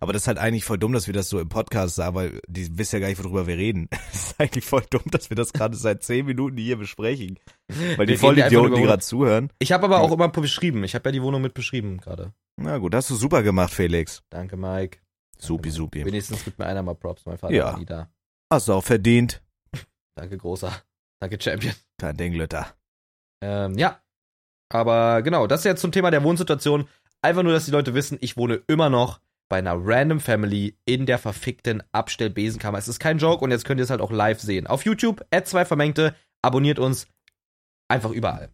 [SPEAKER 2] Aber das ist halt eigentlich voll dumm, dass wir das so im Podcast sagen, weil die wissen ja gar nicht, worüber wir reden. Es ist eigentlich voll dumm, dass wir das gerade seit zehn Minuten hier besprechen. Weil die
[SPEAKER 1] Wir reden ja einfach
[SPEAKER 2] Vollidioten,
[SPEAKER 1] nur
[SPEAKER 2] die
[SPEAKER 1] über-
[SPEAKER 2] gerade zuhören.
[SPEAKER 1] Ich habe aber auch immer beschrieben. Ich habe ja die Wohnung mit beschrieben gerade.
[SPEAKER 2] Na gut, hast du super gemacht, Felix.
[SPEAKER 1] Danke, Mike.
[SPEAKER 2] Supi, supi.
[SPEAKER 1] Wenigstens gibt mir einer mal Props, mein Vater
[SPEAKER 2] Ja.
[SPEAKER 1] war nie da.
[SPEAKER 2] Hast du auch verdient.
[SPEAKER 1] Danke, großer. Danke, Champion.
[SPEAKER 2] Kein Ding, Lütter.
[SPEAKER 1] Ähm, ja. Aber genau, das ist jetzt zum Thema der Wohnsituation. Einfach nur, dass die Leute wissen, ich wohne immer noch bei einer random Family in der verfickten Abstellbesenkammer. Es ist kein Joke und jetzt könnt ihr es halt auch live sehen. Auf YouTube, at 2 Vermengte, abonniert uns einfach überall.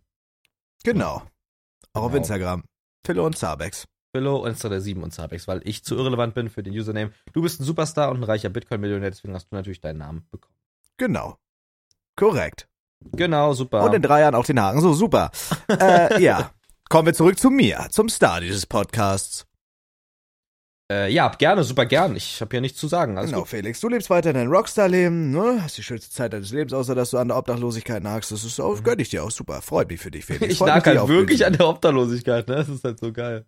[SPEAKER 2] Genau. Auch auf
[SPEAKER 1] Genau.
[SPEAKER 2] Instagram. Philo und Zabex.
[SPEAKER 1] Philo und Insta der 7 und Zabex, weil ich zu irrelevant bin für den Username. Du bist ein Superstar und ein reicher Bitcoin-Millionär, deswegen hast du natürlich deinen Namen bekommen.
[SPEAKER 2] Genau. Korrekt.
[SPEAKER 1] Genau, super.
[SPEAKER 2] Und in drei Jahren auch den Haken. So, super. äh, ja. Kommen wir zurück zu mir, zum Star dieses Podcasts.
[SPEAKER 1] äh, ja, gerne, super gern. Ich habe hier nichts zu sagen. Also
[SPEAKER 2] genau,
[SPEAKER 1] gut.
[SPEAKER 2] Felix, du lebst weiter dein Rockstar-Leben, ne? Hast die schönste Zeit deines Lebens, außer dass du an der Obdachlosigkeit nagst. Das ist auch, gönn ich dir auch, super. Freut mich für dich, Felix.
[SPEAKER 1] Mhm. ich
[SPEAKER 2] Freut mich,
[SPEAKER 1] lag
[SPEAKER 2] dich
[SPEAKER 1] halt
[SPEAKER 2] aufblühen
[SPEAKER 1] wirklich
[SPEAKER 2] zu
[SPEAKER 1] an
[SPEAKER 2] sehen.
[SPEAKER 1] der Obdachlosigkeit, ne? Das ist halt so geil.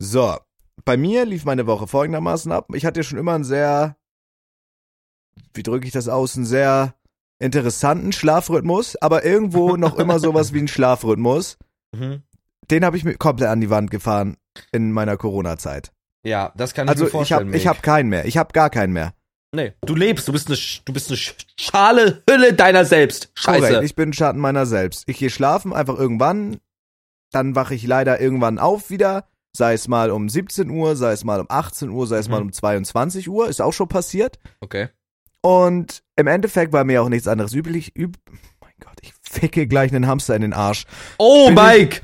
[SPEAKER 2] So, bei mir lief meine Woche folgendermaßen ab. Ich hatte schon immer einen sehr, wie drücke ich das aus, einen sehr interessanten Schlafrhythmus, aber irgendwo noch immer sowas wie einen Schlafrhythmus.
[SPEAKER 1] Mhm.
[SPEAKER 2] Den habe ich mir komplett an die Wand gefahren in meiner Corona-Zeit.
[SPEAKER 1] Ja, das kann ich mir
[SPEAKER 2] Also ich
[SPEAKER 1] vorstellen.
[SPEAKER 2] habe ich
[SPEAKER 1] Mick.
[SPEAKER 2] hab keinen mehr. Ich habe gar keinen mehr.
[SPEAKER 1] Nee, du lebst, du bist eine, Sch- du bist eine Sch- schale Hülle deiner selbst. Scheiße.
[SPEAKER 2] Korrekt, ich bin Schatten meiner selbst. Ich gehe schlafen einfach irgendwann, dann wache ich leider irgendwann auf wieder, sei es mal um 17 Uhr, sei es mal um 18 Uhr, sei es
[SPEAKER 1] Mhm.
[SPEAKER 2] mal um 22 Uhr, ist auch schon passiert.
[SPEAKER 1] okay.
[SPEAKER 2] Und im Endeffekt war mir auch nichts anderes üblich. Üb oh mein Gott, ich ficke gleich einen Hamster in den Arsch.
[SPEAKER 1] Oh,
[SPEAKER 2] Bin ich-
[SPEAKER 1] Mike!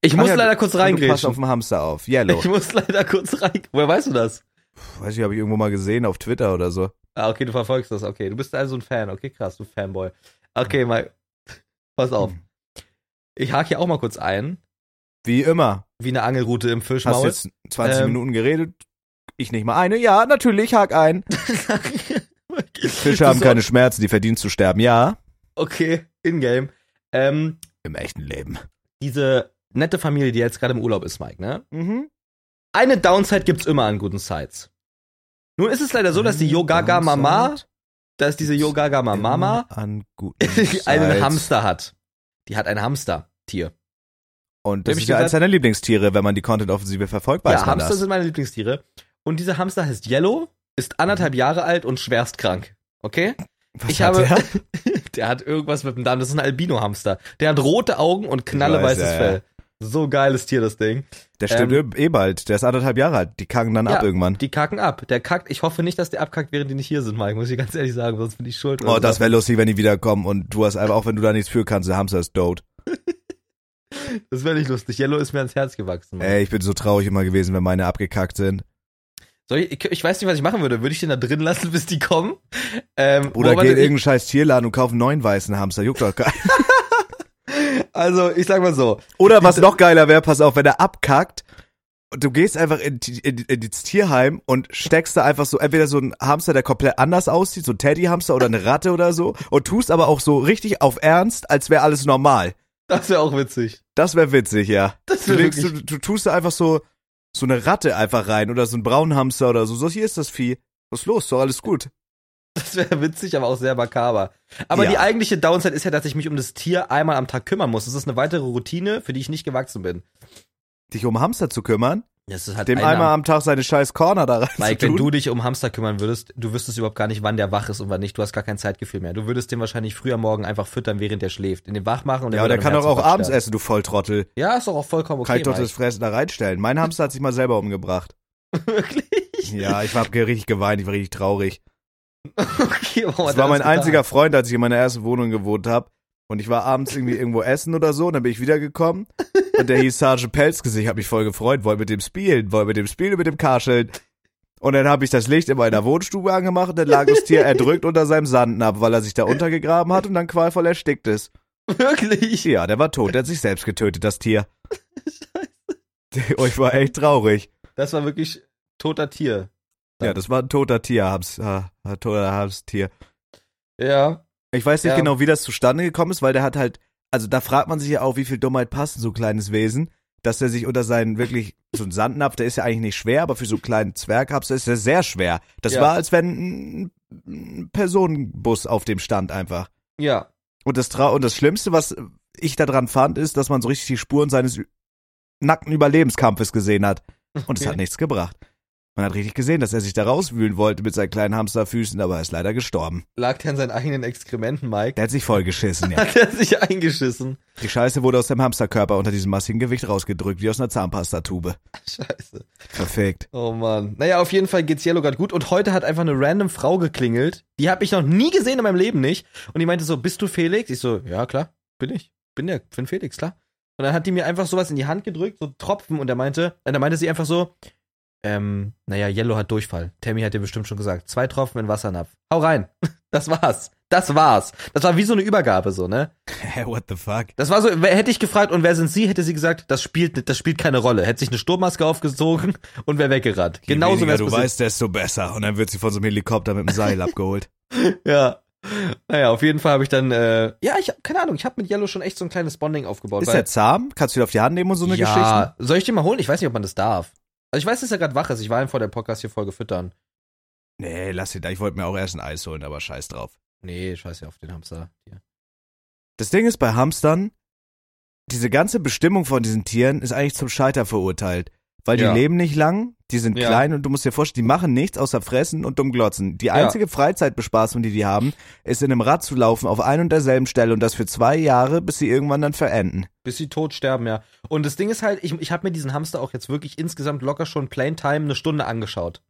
[SPEAKER 1] Ich muss
[SPEAKER 2] Ach ja,
[SPEAKER 1] leider kurz
[SPEAKER 2] und du Pass auf
[SPEAKER 1] reingrätschen.
[SPEAKER 2] den Hamster auf. Yellow.
[SPEAKER 1] Ich muss leider kurz rein. Woher weißt du das?
[SPEAKER 2] Puh, weiß ich, habe ich irgendwo mal gesehen auf Twitter oder so.
[SPEAKER 1] Ah, okay, du verfolgst das. Okay, du bist also ein Fan. Okay, krass, du Fanboy. Okay, Mike. Pass auf. Ich hake hier auch mal kurz ein.
[SPEAKER 2] Hm. Wie immer.
[SPEAKER 1] Wie eine Angelrute im
[SPEAKER 2] Hast
[SPEAKER 1] Fischmaul.
[SPEAKER 2] jetzt 20
[SPEAKER 1] Ähm.
[SPEAKER 2] Minuten geredet. Ich nicht mal eine. Ja, natürlich, hak ein. Fische
[SPEAKER 1] Fische
[SPEAKER 2] haben keine Schmerzen, die verdienen zu sterben. Ja,
[SPEAKER 1] Okay, in-game. Ähm,
[SPEAKER 2] im echten Leben.
[SPEAKER 1] diese nette Familie, die jetzt gerade im Urlaub ist, Mike, ne?
[SPEAKER 2] Mhm.
[SPEAKER 1] Eine Downside gibt's immer an guten Sites. Nun ist es leider so, dass die Yogaga Mama dass diese Yogagama Mama
[SPEAKER 2] Immer An guten
[SPEAKER 1] einen
[SPEAKER 2] Zeit.
[SPEAKER 1] Hamster hat. Die hat ein Hamstertier.
[SPEAKER 2] Und das
[SPEAKER 1] Nämlich
[SPEAKER 2] ist ja
[SPEAKER 1] gesagt-
[SPEAKER 2] eins seiner Lieblingstiere, wenn man die Content-Offensive verfolgt, weiß
[SPEAKER 1] ja,
[SPEAKER 2] man
[SPEAKER 1] Hamster
[SPEAKER 2] das.
[SPEAKER 1] sind meine Lieblingstiere. Und dieser Hamster heißt Yellow, ist anderthalb Jahre alt und schwerst krank. Okay?
[SPEAKER 2] Was
[SPEAKER 1] ich
[SPEAKER 2] hat
[SPEAKER 1] habe-
[SPEAKER 2] der?
[SPEAKER 1] Der hat irgendwas mit dem Darm. Das ist ein Albino-Hamster. Der hat rote Augen und knalleweißes
[SPEAKER 2] weiß, ja, ja.
[SPEAKER 1] Fell. So geiles Tier, das Ding.
[SPEAKER 2] Der stirbt eh bald, der ist anderthalb Jahre alt, die kacken dann
[SPEAKER 1] Ähm. Ja,
[SPEAKER 2] ab irgendwann.
[SPEAKER 1] Die kacken ab. Der kackt. Ich hoffe nicht, dass der abkackt, während die nicht hier sind, Mike. Muss ich ganz ehrlich sagen, sonst bin ich schuld.
[SPEAKER 2] Oh,
[SPEAKER 1] oder
[SPEAKER 2] das
[SPEAKER 1] so.
[SPEAKER 2] wäre lustig, wenn die wiederkommen und du hast einfach, auch wenn du da nichts für kannst, der Hamster ist dood.
[SPEAKER 1] das wär nicht lustig. Yellow ist mir ans Herz gewachsen. Mike.
[SPEAKER 2] Ey, ich bin so traurig immer gewesen, wenn meine abgekackt sind.
[SPEAKER 1] Soll ich, ich, ich weiß nicht, was ich machen würde. Würde ich den da drin lassen, bis die kommen? Ähm,
[SPEAKER 2] Oder
[SPEAKER 1] wobei
[SPEAKER 2] geh in
[SPEAKER 1] ich-
[SPEAKER 2] irgendeinen scheiß Tierladen und kauf einen neuen weißen Hamster, juckt doch keinen.
[SPEAKER 1] Also, ich sag mal so.
[SPEAKER 2] Oder was noch geiler wäre, pass auf, wenn er abkackt und du gehst einfach in, die- in, in das Tierheim und steckst da einfach so entweder so einen Hamster, der komplett anders aussieht, so ein Teddyhamster oder eine Ratte oder so und tust aber auch so richtig auf Ernst, als wäre alles normal.
[SPEAKER 1] Das wäre auch witzig.
[SPEAKER 2] Das wäre witzig, ja.
[SPEAKER 1] Das
[SPEAKER 2] Du,
[SPEAKER 1] wäre
[SPEAKER 2] legst, du,
[SPEAKER 1] wirklich.
[SPEAKER 2] du tust da einfach so so eine Ratte einfach rein oder so einen braunen Hamster oder so. So, hier ist das Vieh. Was ist los? Ist Doch alles gut.
[SPEAKER 1] Das wäre witzig, aber auch sehr makaber. Aber
[SPEAKER 2] Ja.
[SPEAKER 1] die eigentliche Downside ist ja, dass ich mich um das Tier einmal am Tag kümmern muss. Das ist eine weitere Routine, für die ich nicht gewachsen bin.
[SPEAKER 2] Dich um Hamster zu kümmern,
[SPEAKER 1] Das ist halt
[SPEAKER 2] dem
[SPEAKER 1] einer-
[SPEAKER 2] einmal am Tag seine scheiß Corner da rein
[SPEAKER 1] Mike,
[SPEAKER 2] zu tun.
[SPEAKER 1] wenn du dich um Hamster kümmern würdest, du wüsstest überhaupt gar nicht, wann der wach ist und wann nicht. Du hast gar kein Zeitgefühl mehr. Du würdest den wahrscheinlich früh am Morgen einfach füttern, während er schläft. In den wach machen und
[SPEAKER 2] ja, aber
[SPEAKER 1] würde
[SPEAKER 2] der
[SPEAKER 1] dann
[SPEAKER 2] kann
[SPEAKER 1] im
[SPEAKER 2] doch auch
[SPEAKER 1] Herzinfarkt
[SPEAKER 2] abends
[SPEAKER 1] sterben.
[SPEAKER 2] essen, du Volltrottel.
[SPEAKER 1] Ja, ist doch auch vollkommen okay.
[SPEAKER 2] kann ich doch
[SPEAKER 1] Mike.
[SPEAKER 2] das Fressen da reinstellen. Mein Hamster hat sich mal selber umgebracht.
[SPEAKER 1] wirklich?
[SPEAKER 2] Ja, ich hab richtig geweint, ich war richtig traurig.
[SPEAKER 1] Okay, warum Oh, hat
[SPEAKER 2] Das
[SPEAKER 1] er
[SPEAKER 2] war mein
[SPEAKER 1] getan?
[SPEAKER 2] einziger Freund, als ich in meiner ersten Wohnung gewohnt habe. Und ich war abends irgendwie irgendwo essen oder so, und dann bin ich wiedergekommen. Und der hieß Sergeant Pelzgesicht, hab mich voll gefreut, wollte mit dem spielen, wollte mit dem spielen, und mit dem Karscheln. Und dann hab ich das Licht in meiner Wohnstube angemacht und dann lag das Tier erdrückt unter seinem Sandnapf, weil er sich da untergegraben hat und dann qualvoll erstickt ist.
[SPEAKER 1] Wirklich?
[SPEAKER 2] Ja, der war tot, der hat sich selbst getötet, das Tier. Scheiße. Ich war echt traurig.
[SPEAKER 1] Das war wirklich toter Tier.
[SPEAKER 2] Ja, das war ein toter Tier, Habs, äh, ein toter Habstier.
[SPEAKER 1] Ja.
[SPEAKER 2] Ich weiß nicht
[SPEAKER 1] Ja.
[SPEAKER 2] genau, wie das zustande gekommen ist, weil der hat halt, also da fragt man sich ja auch, wie viel Dummheit passt in so ein kleines Wesen, dass er sich unter seinen wirklich, so ein Sandnapf, der ist ja eigentlich nicht schwer, aber für so einen kleinen Zwerghabster ist er sehr schwer. Das
[SPEAKER 1] Ja.
[SPEAKER 2] war, als wenn ein, ein Personenbus auf dem stand einfach.
[SPEAKER 1] Ja.
[SPEAKER 2] Und das, Trau und das Schlimmste, was ich daran fand, ist, dass man so richtig die Spuren seines ü- nackten Überlebenskampfes gesehen hat. Und es
[SPEAKER 1] Okay.
[SPEAKER 2] hat nichts gebracht. Man hat richtig gesehen, dass er sich da rauswühlen wollte mit seinen kleinen Hamsterfüßen, aber er ist leider gestorben.
[SPEAKER 1] Lag der in seinen eigenen Exkrementen, Mike?
[SPEAKER 2] Der hat sich vollgeschissen, ja.
[SPEAKER 1] Hat er sich eingeschissen?
[SPEAKER 2] Die Scheiße wurde aus dem Hamsterkörper unter diesem massigen Gewicht rausgedrückt, wie aus einer Zahnpastatube.
[SPEAKER 1] Scheiße.
[SPEAKER 2] Perfekt.
[SPEAKER 1] Oh Mann. Naja, auf jeden Fall geht's Yellow gerade gut. Und heute hat einfach eine random Frau geklingelt. Die habe ich noch nie gesehen in meinem Leben nicht. Und die meinte so, bist du Felix? Ich so, ja klar, bin ich. Bin der, bin Felix, klar. Und dann hat die mir einfach sowas in die Hand gedrückt, so Tropfen. Und er meinte, und dann meinte sie einfach so, ähm, naja, Yellow hat Durchfall. Tammy hat dir bestimmt schon gesagt. Zwei Tropfen in Wassernapf. Hau rein. Das war's. Das war's. Das war wie so eine Übergabe, so, ne?
[SPEAKER 2] Hä, what the fuck?
[SPEAKER 1] Das war so, wer- hätte ich gefragt, und wer sind Sie, hätte sie gesagt, das spielt, das spielt keine Rolle. Hätte sich eine Sturmmaske aufgezogen und wäre weggerannt.
[SPEAKER 2] Je
[SPEAKER 1] Genauso
[SPEAKER 2] weniger
[SPEAKER 1] wär's
[SPEAKER 2] du
[SPEAKER 1] passiert.
[SPEAKER 2] weißt, desto besser. Und dann wird sie von so einem Helikopter mit dem Seil abgeholt.
[SPEAKER 1] Ja. Naja, auf jeden Fall habe ich dann, äh, ja, ich hab, keine Ahnung, ich habe mit Yellow schon echt so ein kleines Bonding aufgebaut.
[SPEAKER 2] Ist er zahm? Kannst du ihn auf die Hand nehmen und so eine
[SPEAKER 1] ja,
[SPEAKER 2] Geschichte?
[SPEAKER 1] soll ich den mal holen? Ich weiß nicht, ob man das darf. Also ich weiß, dass er gerade wach ist. Ich war ihn vor der Podcast hier voll gefüttern.
[SPEAKER 2] Nee, lass ihn da. Ich wollte mir auch erst ein Eis holen, aber scheiß drauf.
[SPEAKER 1] Nee, scheiß ja auf den Hamster. Hier.
[SPEAKER 2] Das Ding ist bei Hamstern, diese ganze Bestimmung von diesen Tieren ist eigentlich zum Scheiter verurteilt. Weil
[SPEAKER 1] Ja.
[SPEAKER 2] die leben nicht lang, die sind
[SPEAKER 1] Ja.
[SPEAKER 2] klein und du musst dir vorstellen, die machen nichts außer fressen und dumm glotzen. Die einzige Freizeitbespaßung, die die haben, ist in einem Rad zu laufen auf ein und derselben Stelle und das für zwei Jahre, bis sie irgendwann dann verenden.
[SPEAKER 1] Bis sie tot sterben, ja. Und das Ding ist halt, ich, ich habe mir diesen Hamster auch jetzt wirklich insgesamt locker schon Plain Time eine Stunde angeschaut.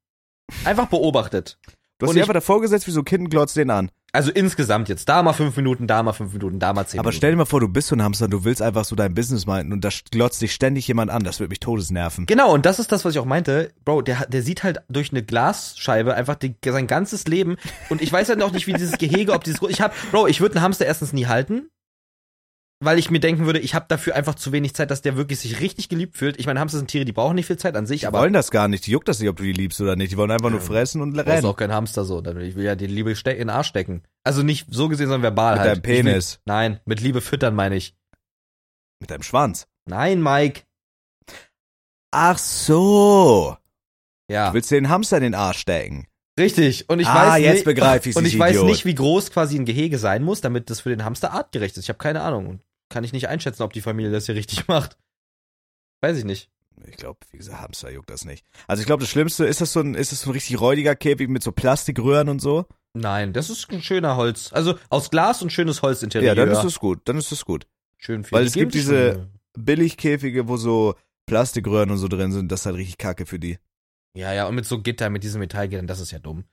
[SPEAKER 1] Einfach beobachtet.
[SPEAKER 2] Du hast
[SPEAKER 1] Und
[SPEAKER 2] dich
[SPEAKER 1] ich-
[SPEAKER 2] einfach davor gesetzt, wie so ein Kind glotzt den an.
[SPEAKER 1] Also insgesamt jetzt. Da mal fünf Minuten, da mal fünf Minuten, da mal zehn
[SPEAKER 2] Aber
[SPEAKER 1] Minuten.
[SPEAKER 2] stell dir mal vor, du bist so ein Hamster und du willst einfach so dein Business meinen und da glotzt dich ständig jemand an. Das würde mich todesnerven.
[SPEAKER 1] Genau, und das ist das, was ich auch meinte. Bro, der, hat- der sieht halt durch eine Glasscheibe einfach die, sein ganzes Leben. Und ich weiß halt noch nicht, wie dieses Gehege, ob dieses. Ich hab, Bro, ich würde einen Hamster erstens nie halten. Weil ich mir denken würde, ich habe dafür einfach zu wenig Zeit, dass der wirklich sich richtig geliebt fühlt. Ich meine, Hamster sind Tiere, die brauchen nicht viel Zeit an sich,
[SPEAKER 2] Die
[SPEAKER 1] aber
[SPEAKER 2] wollen das gar nicht. Die juckt das nicht, ob du die liebst oder nicht. Die wollen einfach nur fressen und
[SPEAKER 1] brauchst
[SPEAKER 2] rennen.
[SPEAKER 1] auch kein Hamster so. Dann- Ich will ja die Liebe ste- in den Arsch stecken. Also nicht so gesehen, sondern verbal
[SPEAKER 2] Mit
[SPEAKER 1] halt.
[SPEAKER 2] deinem Penis.
[SPEAKER 1] Ich Will, nein, mit Liebe füttern meine ich.
[SPEAKER 2] Mit deinem Schwanz.
[SPEAKER 1] Nein, Mike.
[SPEAKER 2] Ach so.
[SPEAKER 1] Ja.
[SPEAKER 2] Du willst den Hamster in den Arsch stecken.
[SPEAKER 1] Richtig. Und ich
[SPEAKER 2] Ah,
[SPEAKER 1] weiß
[SPEAKER 2] jetzt
[SPEAKER 1] nicht,
[SPEAKER 2] begreif ich's,
[SPEAKER 1] Und
[SPEAKER 2] ich
[SPEAKER 1] ich weiß
[SPEAKER 2] Idiot.
[SPEAKER 1] nicht, wie groß quasi ein Gehege sein muss, damit das für den Hamster artgerecht ist. Ich habe keine Ahnung. Und kann ich nicht einschätzen, ob die Familie das hier richtig macht. Weiß ich nicht.
[SPEAKER 2] Ich glaube, wie gesagt, Hamster juckt das nicht. Also ich glaube, das Schlimmste ist das so ein, ist das so ein richtig räudiger Käfig mit so Plastikröhren und so.
[SPEAKER 1] Nein, das ist ein schöner Holz. Also aus Glas und schönes Holzinterieur.
[SPEAKER 2] Ja, dann ist das gut. Dann ist das gut.
[SPEAKER 1] schön viel.
[SPEAKER 2] weil es gibt
[SPEAKER 1] Gegend.
[SPEAKER 2] diese- Billigkäfige, wo so Plastikröhren und so drin sind, das ist halt richtig Kacke für die.
[SPEAKER 1] Ja, ja, und mit so Gitter, mit diesen Metallgittern, das ist ja dumm.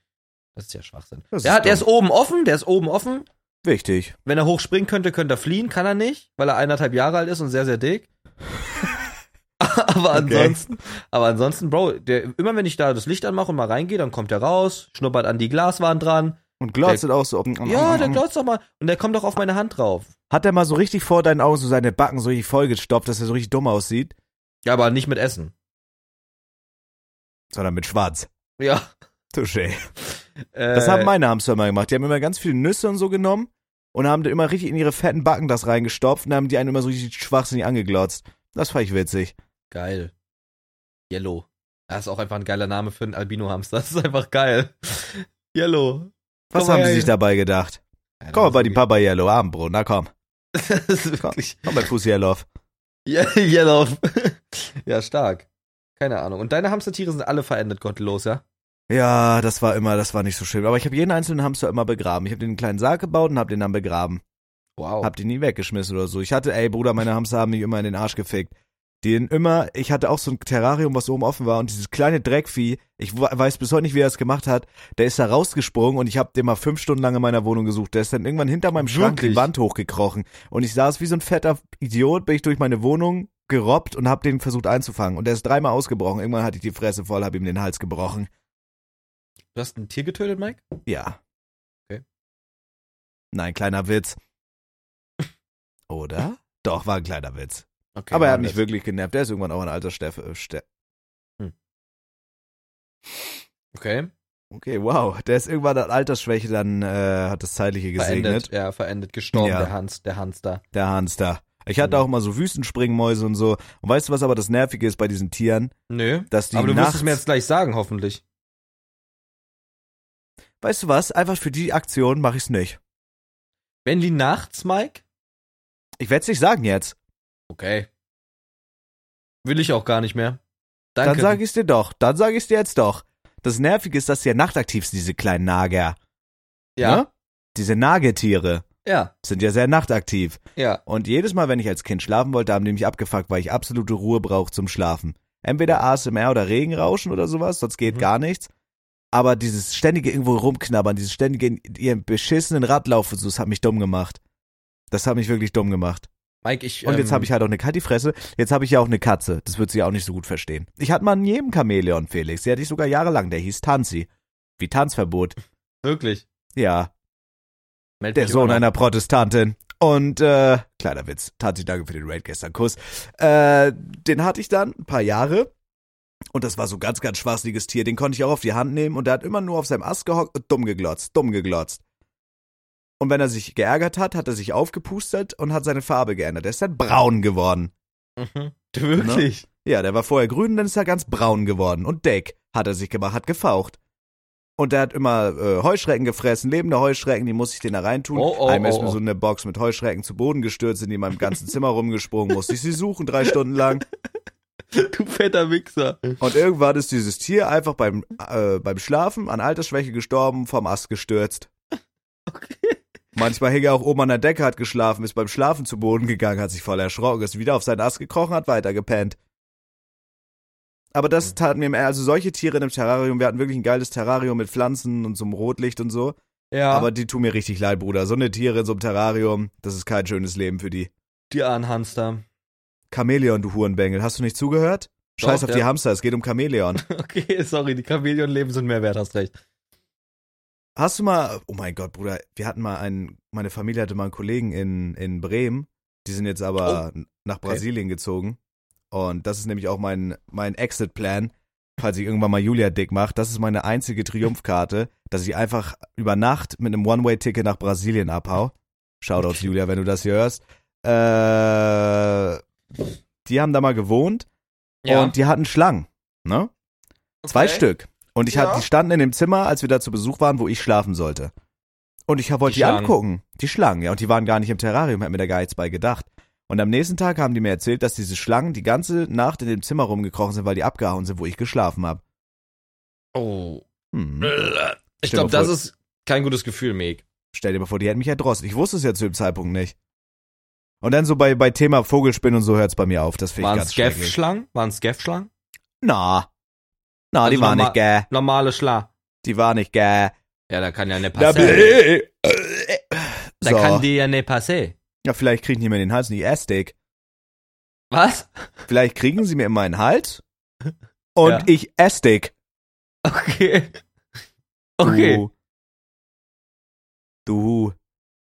[SPEAKER 1] Das ist ja Schwachsinn.
[SPEAKER 2] Das
[SPEAKER 1] ja,
[SPEAKER 2] ist dumm.
[SPEAKER 1] der ist oben offen, der ist oben offen.
[SPEAKER 2] Wichtig.
[SPEAKER 1] Wenn er hochspringen könnte, könnte er fliehen, kann er nicht, weil er eineinhalb Jahre alt ist und sehr, sehr dick. aber ansonsten, aber ansonsten, Bro, der, immer wenn ich da das Licht anmache und mal reingehe, dann kommt er raus, schnuppert an die Glaswand dran.
[SPEAKER 2] Und glotzt auch so. Om, om,
[SPEAKER 1] Ja,
[SPEAKER 2] om,
[SPEAKER 1] der
[SPEAKER 2] om.
[SPEAKER 1] glotzt doch mal. Und der kommt doch auf meine Hand drauf.
[SPEAKER 2] Hat er mal so richtig vor deinen Augen so seine Backen so richtig vollgestopft, dass er so richtig dumm aussieht,
[SPEAKER 1] Ja, aber nicht mit Essen.
[SPEAKER 2] sondern mit Schwarz.
[SPEAKER 1] Ja.
[SPEAKER 2] Touché.
[SPEAKER 1] Äh,
[SPEAKER 2] Das haben meine Hamster mal gemacht. Die haben immer ganz viele Nüsse und so genommen und haben da immer richtig in ihre fetten Backen das reingestopft und haben die einen immer so richtig schwachsinnig angeglotzt. Das fand ich witzig.
[SPEAKER 1] Geil. Yellow. Das ist auch einfach ein geiler Name für einen Albino-Hamster. Das ist einfach geil. Yellow.
[SPEAKER 2] Was
[SPEAKER 1] Komm mal
[SPEAKER 2] haben sie
[SPEAKER 1] her.
[SPEAKER 2] sich dabei gedacht? Komm mal bei dem Papa Yellow, Abendbrot, na komm.
[SPEAKER 1] Das ist wirklich
[SPEAKER 2] Komm bei Fuß Yellow.
[SPEAKER 1] Ye- Yellow. genau. ja, stark. Keine Ahnung. Und deine Hamstertiere sind alle verendet, gottlos, ja?
[SPEAKER 2] Ja, das war immer, das war nicht so schlimm. Aber ich habe jeden einzelnen Hamster immer begraben. Ich habe den in einen kleinen Sarg gebaut und habe den dann begraben.
[SPEAKER 1] Wow.
[SPEAKER 2] Hab den nie weggeschmissen oder so. Ich hatte, ey Bruder, meine Hamster haben mich immer in den Arsch gefickt. Den immer, ich hatte auch so ein Terrarium, was oben offen war und dieses kleine Dreckvieh, ich we- weiß bis heute nicht, wie er es gemacht hat, der ist da rausgesprungen und ich habe den mal fünf Stunden lang in meiner Wohnung gesucht. Der ist dann irgendwann hinter meinem Schrank die
[SPEAKER 1] Wirklich?
[SPEAKER 2] Wand hochgekrochen und ich saß wie so ein fetter Idiot, bin ich durch meine Wohnung gerobbt und habe den versucht einzufangen und der ist dreimal ausgebrochen. Irgendwann hatte ich die Fresse voll, habe ihm den Hals gebrochen.
[SPEAKER 1] du hast ein Tier getötet, Mike?
[SPEAKER 2] Ja.
[SPEAKER 1] Okay.
[SPEAKER 2] Nein, kleiner Witz. Oder? Doch, war ein kleiner Witz.
[SPEAKER 1] Okay.
[SPEAKER 2] Aber er hat
[SPEAKER 1] Mann,
[SPEAKER 2] mich
[SPEAKER 1] das-
[SPEAKER 2] wirklich genervt. Der ist irgendwann auch ein alter Steff. äh, Ste
[SPEAKER 1] Okay.
[SPEAKER 2] okay, wow. Der ist irgendwann an Altersschwäche, dann äh, hat das Zeitliche gesegnet.
[SPEAKER 1] Verendet. Ja, verendet. Gestorben,
[SPEAKER 2] Ja.
[SPEAKER 1] der Hans, der Hamster.
[SPEAKER 2] Der Hans da. Ich hatte
[SPEAKER 1] Mhm.
[SPEAKER 2] auch mal so Wüstenspringmäuse und so. Und weißt du, was aber das Nervige ist bei diesen Tieren?
[SPEAKER 1] Nö.
[SPEAKER 2] Dass die
[SPEAKER 1] Aber du wirst
[SPEAKER 2] nachts,
[SPEAKER 1] es mir jetzt gleich sagen, hoffentlich.
[SPEAKER 2] Weißt du was? Einfach für die Aktion mache ich's nicht.
[SPEAKER 1] Wenn die nachts, Mike?
[SPEAKER 2] Ich werd's nicht sagen jetzt.
[SPEAKER 1] Okay. Will ich auch gar nicht mehr. Danke.
[SPEAKER 2] Dann sage ich's dir doch. Dann sage ich's dir jetzt doch. Das Nervige ist, dass sie ja nachtaktiv sind, diese kleinen Nager.
[SPEAKER 1] ja.
[SPEAKER 2] Ne? Diese Nagetiere
[SPEAKER 1] Ja.
[SPEAKER 2] sind ja sehr nachtaktiv.
[SPEAKER 1] Ja.
[SPEAKER 2] Und jedes Mal, wenn ich als Kind schlafen wollte, haben die mich abgefuckt, weil ich absolute Ruhe brauche zum Schlafen. Entweder ASMR oder Regenrauschen oder sowas, sonst geht
[SPEAKER 1] Mhm.
[SPEAKER 2] gar nichts. Aber dieses ständige irgendwo rumknabbern, dieses ständige in ihrem beschissenen Radlauf und so, das hat mich dumm gemacht. Das hat mich wirklich dumm gemacht.
[SPEAKER 1] Mike, ich.
[SPEAKER 2] Und jetzt
[SPEAKER 1] ähm,
[SPEAKER 2] habe ich halt auch eine Katze, die Fresse. Jetzt habe ich ja auch eine Katze. Das wird sie ja auch nicht so gut verstehen. Ich hatte mal einen jedem Chamäleon, Felix. Die hatte ich sogar jahrelang. Der hieß Tanzi. Wie Tanzverbot.
[SPEAKER 1] Wirklich.
[SPEAKER 2] Ja,
[SPEAKER 1] Meld
[SPEAKER 2] der
[SPEAKER 1] mich
[SPEAKER 2] Sohn
[SPEAKER 1] immer noch.
[SPEAKER 2] einer Protestantin. Und, äh, kleiner Witz, Tati, danke für den Raid gestern, Kuss. Äh, den hatte ich dann ein paar Jahre. Und das war so ein ganz, ganz schwachsinniges Tier. Den konnte ich auch auf die Hand nehmen. Und der hat immer nur auf seinem Ast gehockt und dumm geglotzt, dumm geglotzt. Und wenn er sich geärgert hat, hat er sich aufgepustet und hat seine Farbe geändert. Er ist dann braun geworden.
[SPEAKER 1] Mhm. Wirklich.
[SPEAKER 2] Ja, der war vorher grün, dann ist er ganz braun geworden. Und Deck hat er sich gemacht, hat gefaucht. Und der hat immer äh, Heuschrecken gefressen, lebende Heuschrecken, die muss ich den da reintun.
[SPEAKER 1] Oh, oh,
[SPEAKER 2] Einmal ist
[SPEAKER 1] oh,
[SPEAKER 2] mir
[SPEAKER 1] oh.
[SPEAKER 2] so eine Box mit Heuschrecken zu Boden gestürzt, sind die in meinem ganzen Zimmer rumgesprungen, musste ich sie suchen drei Stunden lang. Ne?
[SPEAKER 1] Du fetter Wichser.
[SPEAKER 2] Und irgendwann ist dieses Tier einfach beim, äh, beim Schlafen an Altersschwäche gestorben, vom Ast gestürzt.
[SPEAKER 1] Okay.
[SPEAKER 2] Manchmal hing er auch oben an der Decke, hat geschlafen, ist beim Schlafen zu Boden gegangen, hat sich voll erschrocken, ist wieder auf seinen Ast gekrochen, hat weitergepennt. Aber das
[SPEAKER 1] Hm.
[SPEAKER 2] tat mir, also solche Tiere in einem Terrarium, wir hatten wirklich ein geiles Terrarium mit Pflanzen und so einem Rotlicht und so.
[SPEAKER 1] Ja,
[SPEAKER 2] Aber die tun mir richtig leid, Bruder. So eine Tiere in so einem Terrarium, das ist kein schönes Leben für die.
[SPEAKER 1] die armen Hamster.
[SPEAKER 2] Chamäleon, du Hurenbengel, hast du nicht zugehört?
[SPEAKER 1] Doch,
[SPEAKER 2] Scheiß auf
[SPEAKER 1] ja.
[SPEAKER 2] die Hamster, es geht um Chamäleon.
[SPEAKER 1] Okay, sorry, die Chamäleon-Leben sind mehr wert, hast recht.
[SPEAKER 2] Hast du mal, oh mein Gott, Bruder, wir hatten mal einen, meine Familie hatte mal einen Kollegen in, in Bremen, die sind jetzt aber nach Brasilien gezogen. Und das ist nämlich auch mein, mein Exit-Plan, falls ich irgendwann mal Julia dick mache. Das ist meine einzige Triumphkarte, dass ich einfach über Nacht mit einem One-Way-Ticket nach Brasilien abhau. Shoutouts, Julia, wenn du das hier hörst. Äh, die haben da mal gewohnt und die hatten Schlangen, ne? Zwei Stück. Und ich
[SPEAKER 1] Ja.
[SPEAKER 2] hab, die standen in dem Zimmer, als wir da zu Besuch waren, wo ich schlafen sollte. Und ich hab- wollte
[SPEAKER 1] Die
[SPEAKER 2] die,
[SPEAKER 1] Schlangen.
[SPEAKER 2] angucken. Die Schlangen, ja. Und die waren gar nicht im Terrarium, hat mir da gar nichts bei gedacht. Und am nächsten Tag haben die mir erzählt, dass diese Schlangen die ganze Nacht in dem Zimmer rumgekrochen sind, weil die abgehauen sind, wo ich geschlafen hab.
[SPEAKER 1] Oh.
[SPEAKER 2] Hm.
[SPEAKER 1] Ich
[SPEAKER 2] Stell dir
[SPEAKER 1] glaube, das
[SPEAKER 2] vor-
[SPEAKER 1] ist kein gutes Gefühl, Meg.
[SPEAKER 2] Stell dir mal vor, die hätten mich erdrosselt. Ich wusste es ja zu dem Zeitpunkt nicht. Und dann so bei, bei Thema Vogelspinnen und so hört's bei mir auf. Das finde ich
[SPEAKER 1] Waren
[SPEAKER 2] ganz schrecklich.
[SPEAKER 1] Skeff-Schlangen? Waren Skeff-Schlangen?
[SPEAKER 2] Na. Na,
[SPEAKER 1] Also
[SPEAKER 2] die waren
[SPEAKER 1] normal-
[SPEAKER 2] nicht gäh.
[SPEAKER 1] Normale Schla.
[SPEAKER 2] Die waren nicht gäh.
[SPEAKER 1] Ja, da kann ja ne
[SPEAKER 2] Da
[SPEAKER 1] passé. Da
[SPEAKER 2] So.
[SPEAKER 1] kann dir ja ne passé.
[SPEAKER 2] Ja, vielleicht kriegen die mir den Hals in die Ästik.
[SPEAKER 1] Was?
[SPEAKER 2] Vielleicht kriegen sie mir immer einen Hals und
[SPEAKER 1] Ja.
[SPEAKER 2] ich Ästik.
[SPEAKER 1] Okay. Okay.
[SPEAKER 2] Du. Du.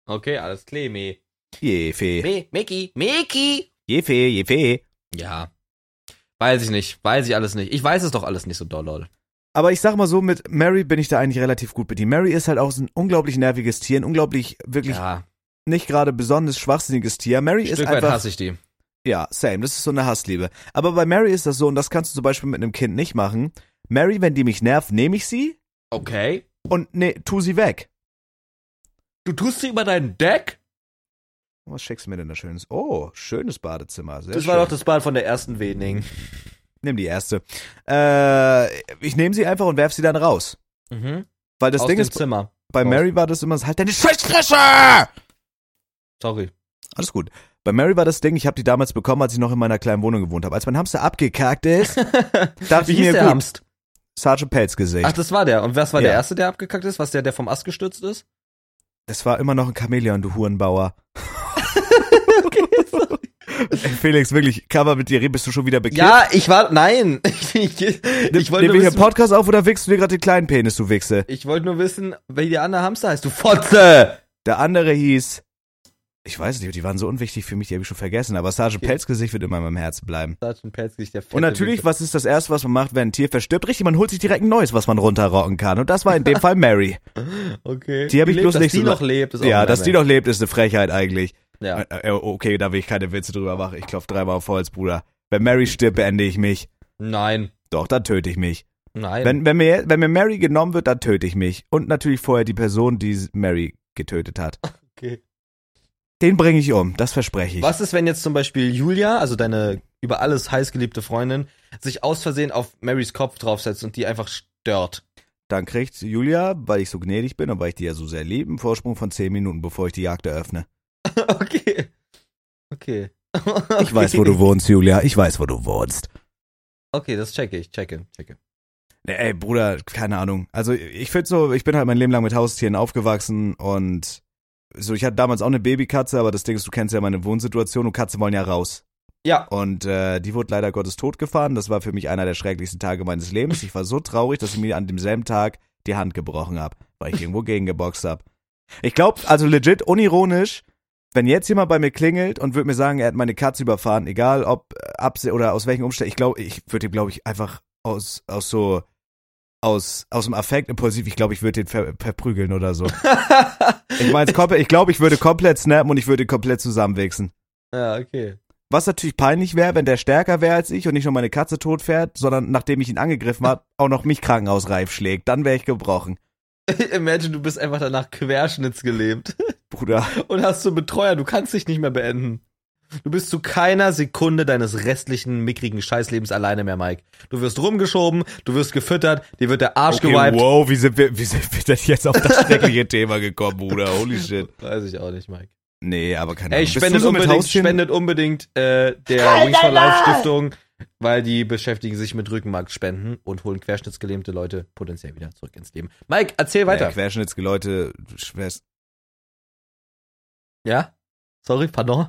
[SPEAKER 1] Okay, alles klar, Me.
[SPEAKER 2] Jefe.
[SPEAKER 1] Me, Meki, Meki.
[SPEAKER 2] Jefe, jefe.
[SPEAKER 1] Ja. Weiß ich nicht. Weiß ich alles nicht. Ich weiß es doch alles nicht so doll, lol.
[SPEAKER 2] Aber ich sag mal so, mit Mary bin ich da eigentlich relativ gut bedient. Mary ist halt auch so ein unglaublich nerviges Tier, ein unglaublich, wirklich
[SPEAKER 1] Ja,
[SPEAKER 2] nicht gerade besonders schwachsinniges Tier. Mary
[SPEAKER 1] ein
[SPEAKER 2] ist
[SPEAKER 1] Stück weit
[SPEAKER 2] einfach.
[SPEAKER 1] hasse ich die.
[SPEAKER 2] Ja, same. Das ist so eine Hassliebe. Aber bei Mary ist das so, und das kannst du zum Beispiel mit einem Kind nicht machen. Mary, wenn die mich nervt, nehme ich sie
[SPEAKER 1] Okay.
[SPEAKER 2] und ne, tu sie weg.
[SPEAKER 1] Du tust sie über deinen Deck?
[SPEAKER 2] Was schickst du mir denn da schönes? Oh, schönes Badezimmer. Sehr
[SPEAKER 1] Das
[SPEAKER 2] schön.
[SPEAKER 1] war doch das Bad von der ersten Wening.
[SPEAKER 2] Nimm die erste. Äh, ich nehme sie einfach und werf sie dann raus.
[SPEAKER 1] Mhm.
[SPEAKER 2] Weil das
[SPEAKER 1] Aus
[SPEAKER 2] Ding
[SPEAKER 1] dem
[SPEAKER 2] ist,
[SPEAKER 1] Zimmer.
[SPEAKER 2] bei
[SPEAKER 1] raus.
[SPEAKER 2] Mary war das immer, so, halt deine Scheißfresse! Alles
[SPEAKER 1] Sorry.
[SPEAKER 2] gut. Bei Mary war das Ding, ich habe die damals bekommen, als ich noch in meiner kleinen Wohnung gewohnt habe. Als mein Hamster abgekackt ist, dachte
[SPEAKER 1] Wie
[SPEAKER 2] ich mir,
[SPEAKER 1] hieß der
[SPEAKER 2] gut,
[SPEAKER 1] Hamst?
[SPEAKER 2] Sergeant Pelz Gesicht.
[SPEAKER 1] Ach, das war der. Und was war der
[SPEAKER 2] Ja.
[SPEAKER 1] erste, der abgekackt ist? Was der, der vom Ast gestürzt ist?
[SPEAKER 2] das war immer noch ein Chamäleon, du Hurenbauer.
[SPEAKER 1] Okay, sorry.
[SPEAKER 2] Ey, Felix, wirklich, Cover mit dir, reden, bist du schon wieder bekehrt?
[SPEAKER 1] Ja, ich war. Nein. Ich, ich, ich wollte
[SPEAKER 2] Nehmen
[SPEAKER 1] nur
[SPEAKER 2] wir hier einen
[SPEAKER 1] wissen,
[SPEAKER 2] Podcast auf oder wichst du dir gerade den kleinen Penis, du Wichse?
[SPEAKER 1] ich wollte nur wissen, wie der andere Hamster heißt. Du Fotze!
[SPEAKER 2] Der andere hieß, ich weiß nicht, die waren so unwichtig für mich, die habe ich schon vergessen, aber Sergeant
[SPEAKER 1] Okay.
[SPEAKER 2] Pelz Gesicht wird immer in meinem Herzen bleiben.
[SPEAKER 1] Sergeant Pelzig, der fette
[SPEAKER 2] Und natürlich,
[SPEAKER 1] Wichser.
[SPEAKER 2] was ist das Erste, was man macht, wenn ein Tier verstirbt? Richtig, man holt sich direkt ein neues, was man runterrocken kann. Und das war in dem Fall Mary.
[SPEAKER 1] Okay.
[SPEAKER 2] die hab ich
[SPEAKER 1] lebt,
[SPEAKER 2] bloß
[SPEAKER 1] dass
[SPEAKER 2] nicht
[SPEAKER 1] die
[SPEAKER 2] so
[SPEAKER 1] noch lebt. Ist auch
[SPEAKER 2] ja,
[SPEAKER 1] ein
[SPEAKER 2] dass die
[SPEAKER 1] Meme.
[SPEAKER 2] noch lebt, ist eine Frechheit eigentlich.
[SPEAKER 1] Ja.
[SPEAKER 2] Äh, äh, okay, da will ich keine Witze drüber machen. Ich klopf dreimal auf Holz, Bruder. Wenn Mary stirbt, beende ich mich.
[SPEAKER 1] Nein.
[SPEAKER 2] Doch, dann töte ich mich.
[SPEAKER 1] Nein.
[SPEAKER 2] Wenn, wenn, mir, wenn mir Mary genommen wird, dann töte ich mich. Und natürlich vorher die Person, die Mary getötet hat.
[SPEAKER 1] okay.
[SPEAKER 2] Den bringe ich um, das verspreche ich.
[SPEAKER 1] Was ist, wenn jetzt zum Beispiel Julia, also deine über alles heißgeliebte Freundin, sich aus Versehen auf Marys Kopf draufsetzt und die einfach stört?
[SPEAKER 2] Dann kriegt Julia, weil ich so gnädig bin und weil ich die ja so sehr liebe, einen Vorsprung von 10 Minuten, bevor ich die Jagd eröffne.
[SPEAKER 1] Okay. Okay.
[SPEAKER 2] Ich weiß, wo du wohnst, Julia. Ich weiß, wo du wohnst.
[SPEAKER 1] Okay, das checke ich, checke, checke.
[SPEAKER 2] Nee, ey, Bruder, keine Ahnung. Also ich finde so, ich bin halt mein Leben lang mit Haustieren aufgewachsen und so, ich hatte damals auch eine Babykatze, aber das Ding ist, du kennst ja meine Wohnsituation und Katzen wollen ja raus.
[SPEAKER 1] Ja.
[SPEAKER 2] Und äh, die wurde leider Gottes totgefahren. Das war für mich einer der schrecklichsten Tage meines Lebens. Ich war so traurig, dass ich mir an demselben Tag die Hand gebrochen habe, weil ich irgendwo gegengeboxt habe. Ich glaube, also legit, unironisch, wenn jetzt jemand bei mir klingelt und würde mir sagen, er hat meine Katze überfahren, egal ob äh, abse oder aus welchen Umständen, ich glaube, ich würde ihm, glaube ich, einfach aus, aus so, aus, aus dem Affekt impulsiv, ich glaube, ich würde den ver verprügeln oder so. Ich meine, ich glaube, ich würde komplett snappen und ich würde ihn komplett zusammenwichsen.
[SPEAKER 1] ja, okay.
[SPEAKER 2] Was natürlich peinlich wäre, wenn der stärker wäre als ich und nicht nur meine Katze tot fährt, sondern nachdem ich ihn angegriffen habe, auch noch mich krankenhausreif schlägt. Dann wäre ich gebrochen.
[SPEAKER 1] Imagine, du bist einfach danach querschnittsgelebt
[SPEAKER 2] Bruder.
[SPEAKER 1] und hast so einen Betreuer, du kannst dich nicht mehr beenden. Du bist zu keiner Sekunde deines restlichen, mickrigen Scheißlebens alleine mehr, Mike. Du wirst rumgeschoben, du wirst gefüttert, dir wird der Arsch gewiped.
[SPEAKER 2] wow, wie sind, wir, wie sind wir denn jetzt auf das schreckliche Thema gekommen, Bruder? Holy shit.
[SPEAKER 1] Weiß ich auch nicht, Mike.
[SPEAKER 2] Nee, aber keine Ahnung.
[SPEAKER 1] Ey,
[SPEAKER 2] Bist du
[SPEAKER 1] spendet,
[SPEAKER 2] so mit
[SPEAKER 1] unbedingt,
[SPEAKER 2] Haustieren?
[SPEAKER 1] spendet unbedingt äh, der Wings for Life Stiftung, weil die beschäftigen sich mit Rückenmarkspenden und holen querschnittsgelähmte Leute potenziell wieder zurück ins Leben. Mike, erzähl
[SPEAKER 2] Naja,
[SPEAKER 1] weiter.
[SPEAKER 2] Querschnittsgeleute, schwerst.
[SPEAKER 1] Ja? Sorry, pardon.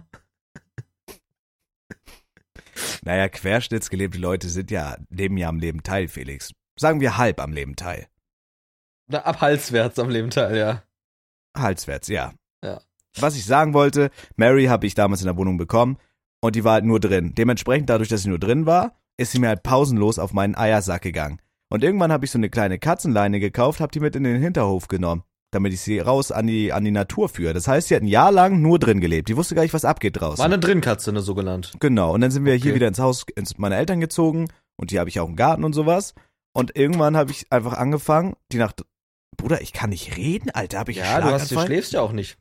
[SPEAKER 2] Naja, querschnittsgelebte Leute sind ja, nehmen ja am Leben teil, Felix. Sagen wir halb am Leben teil.
[SPEAKER 1] Na, ab halswärts am Leben teil, ja.
[SPEAKER 2] Halswärts, ja.
[SPEAKER 1] Ja.
[SPEAKER 2] Was ich sagen wollte, Mary habe ich damals in der Wohnung bekommen und die war halt nur drin. Dementsprechend, dadurch, dass sie nur drin war, ist sie mir halt pausenlos auf meinen Eiersack gegangen. Und irgendwann habe ich so eine kleine Katzenleine gekauft, habe die mit in den Hinterhof genommen, damit ich sie raus an die, an die Natur führe. Das heißt, sie hat ein Jahr lang nur drin gelebt. Die wusste gar nicht, was abgeht draußen.
[SPEAKER 1] War eine Drinkatze, eine sogenannte.
[SPEAKER 2] Genau, und dann sind wir hier
[SPEAKER 1] Okay.
[SPEAKER 2] wieder ins Haus ins, meiner Eltern gezogen und hier habe ich auch einen Garten und sowas. Und irgendwann habe ich einfach angefangen, die Nacht. Bruder, ich kann nicht reden, Alter. Habe ich
[SPEAKER 1] Ja,
[SPEAKER 2] einen
[SPEAKER 1] du, hast, du
[SPEAKER 2] Schlaganfall?
[SPEAKER 1] schläfst ja auch nicht.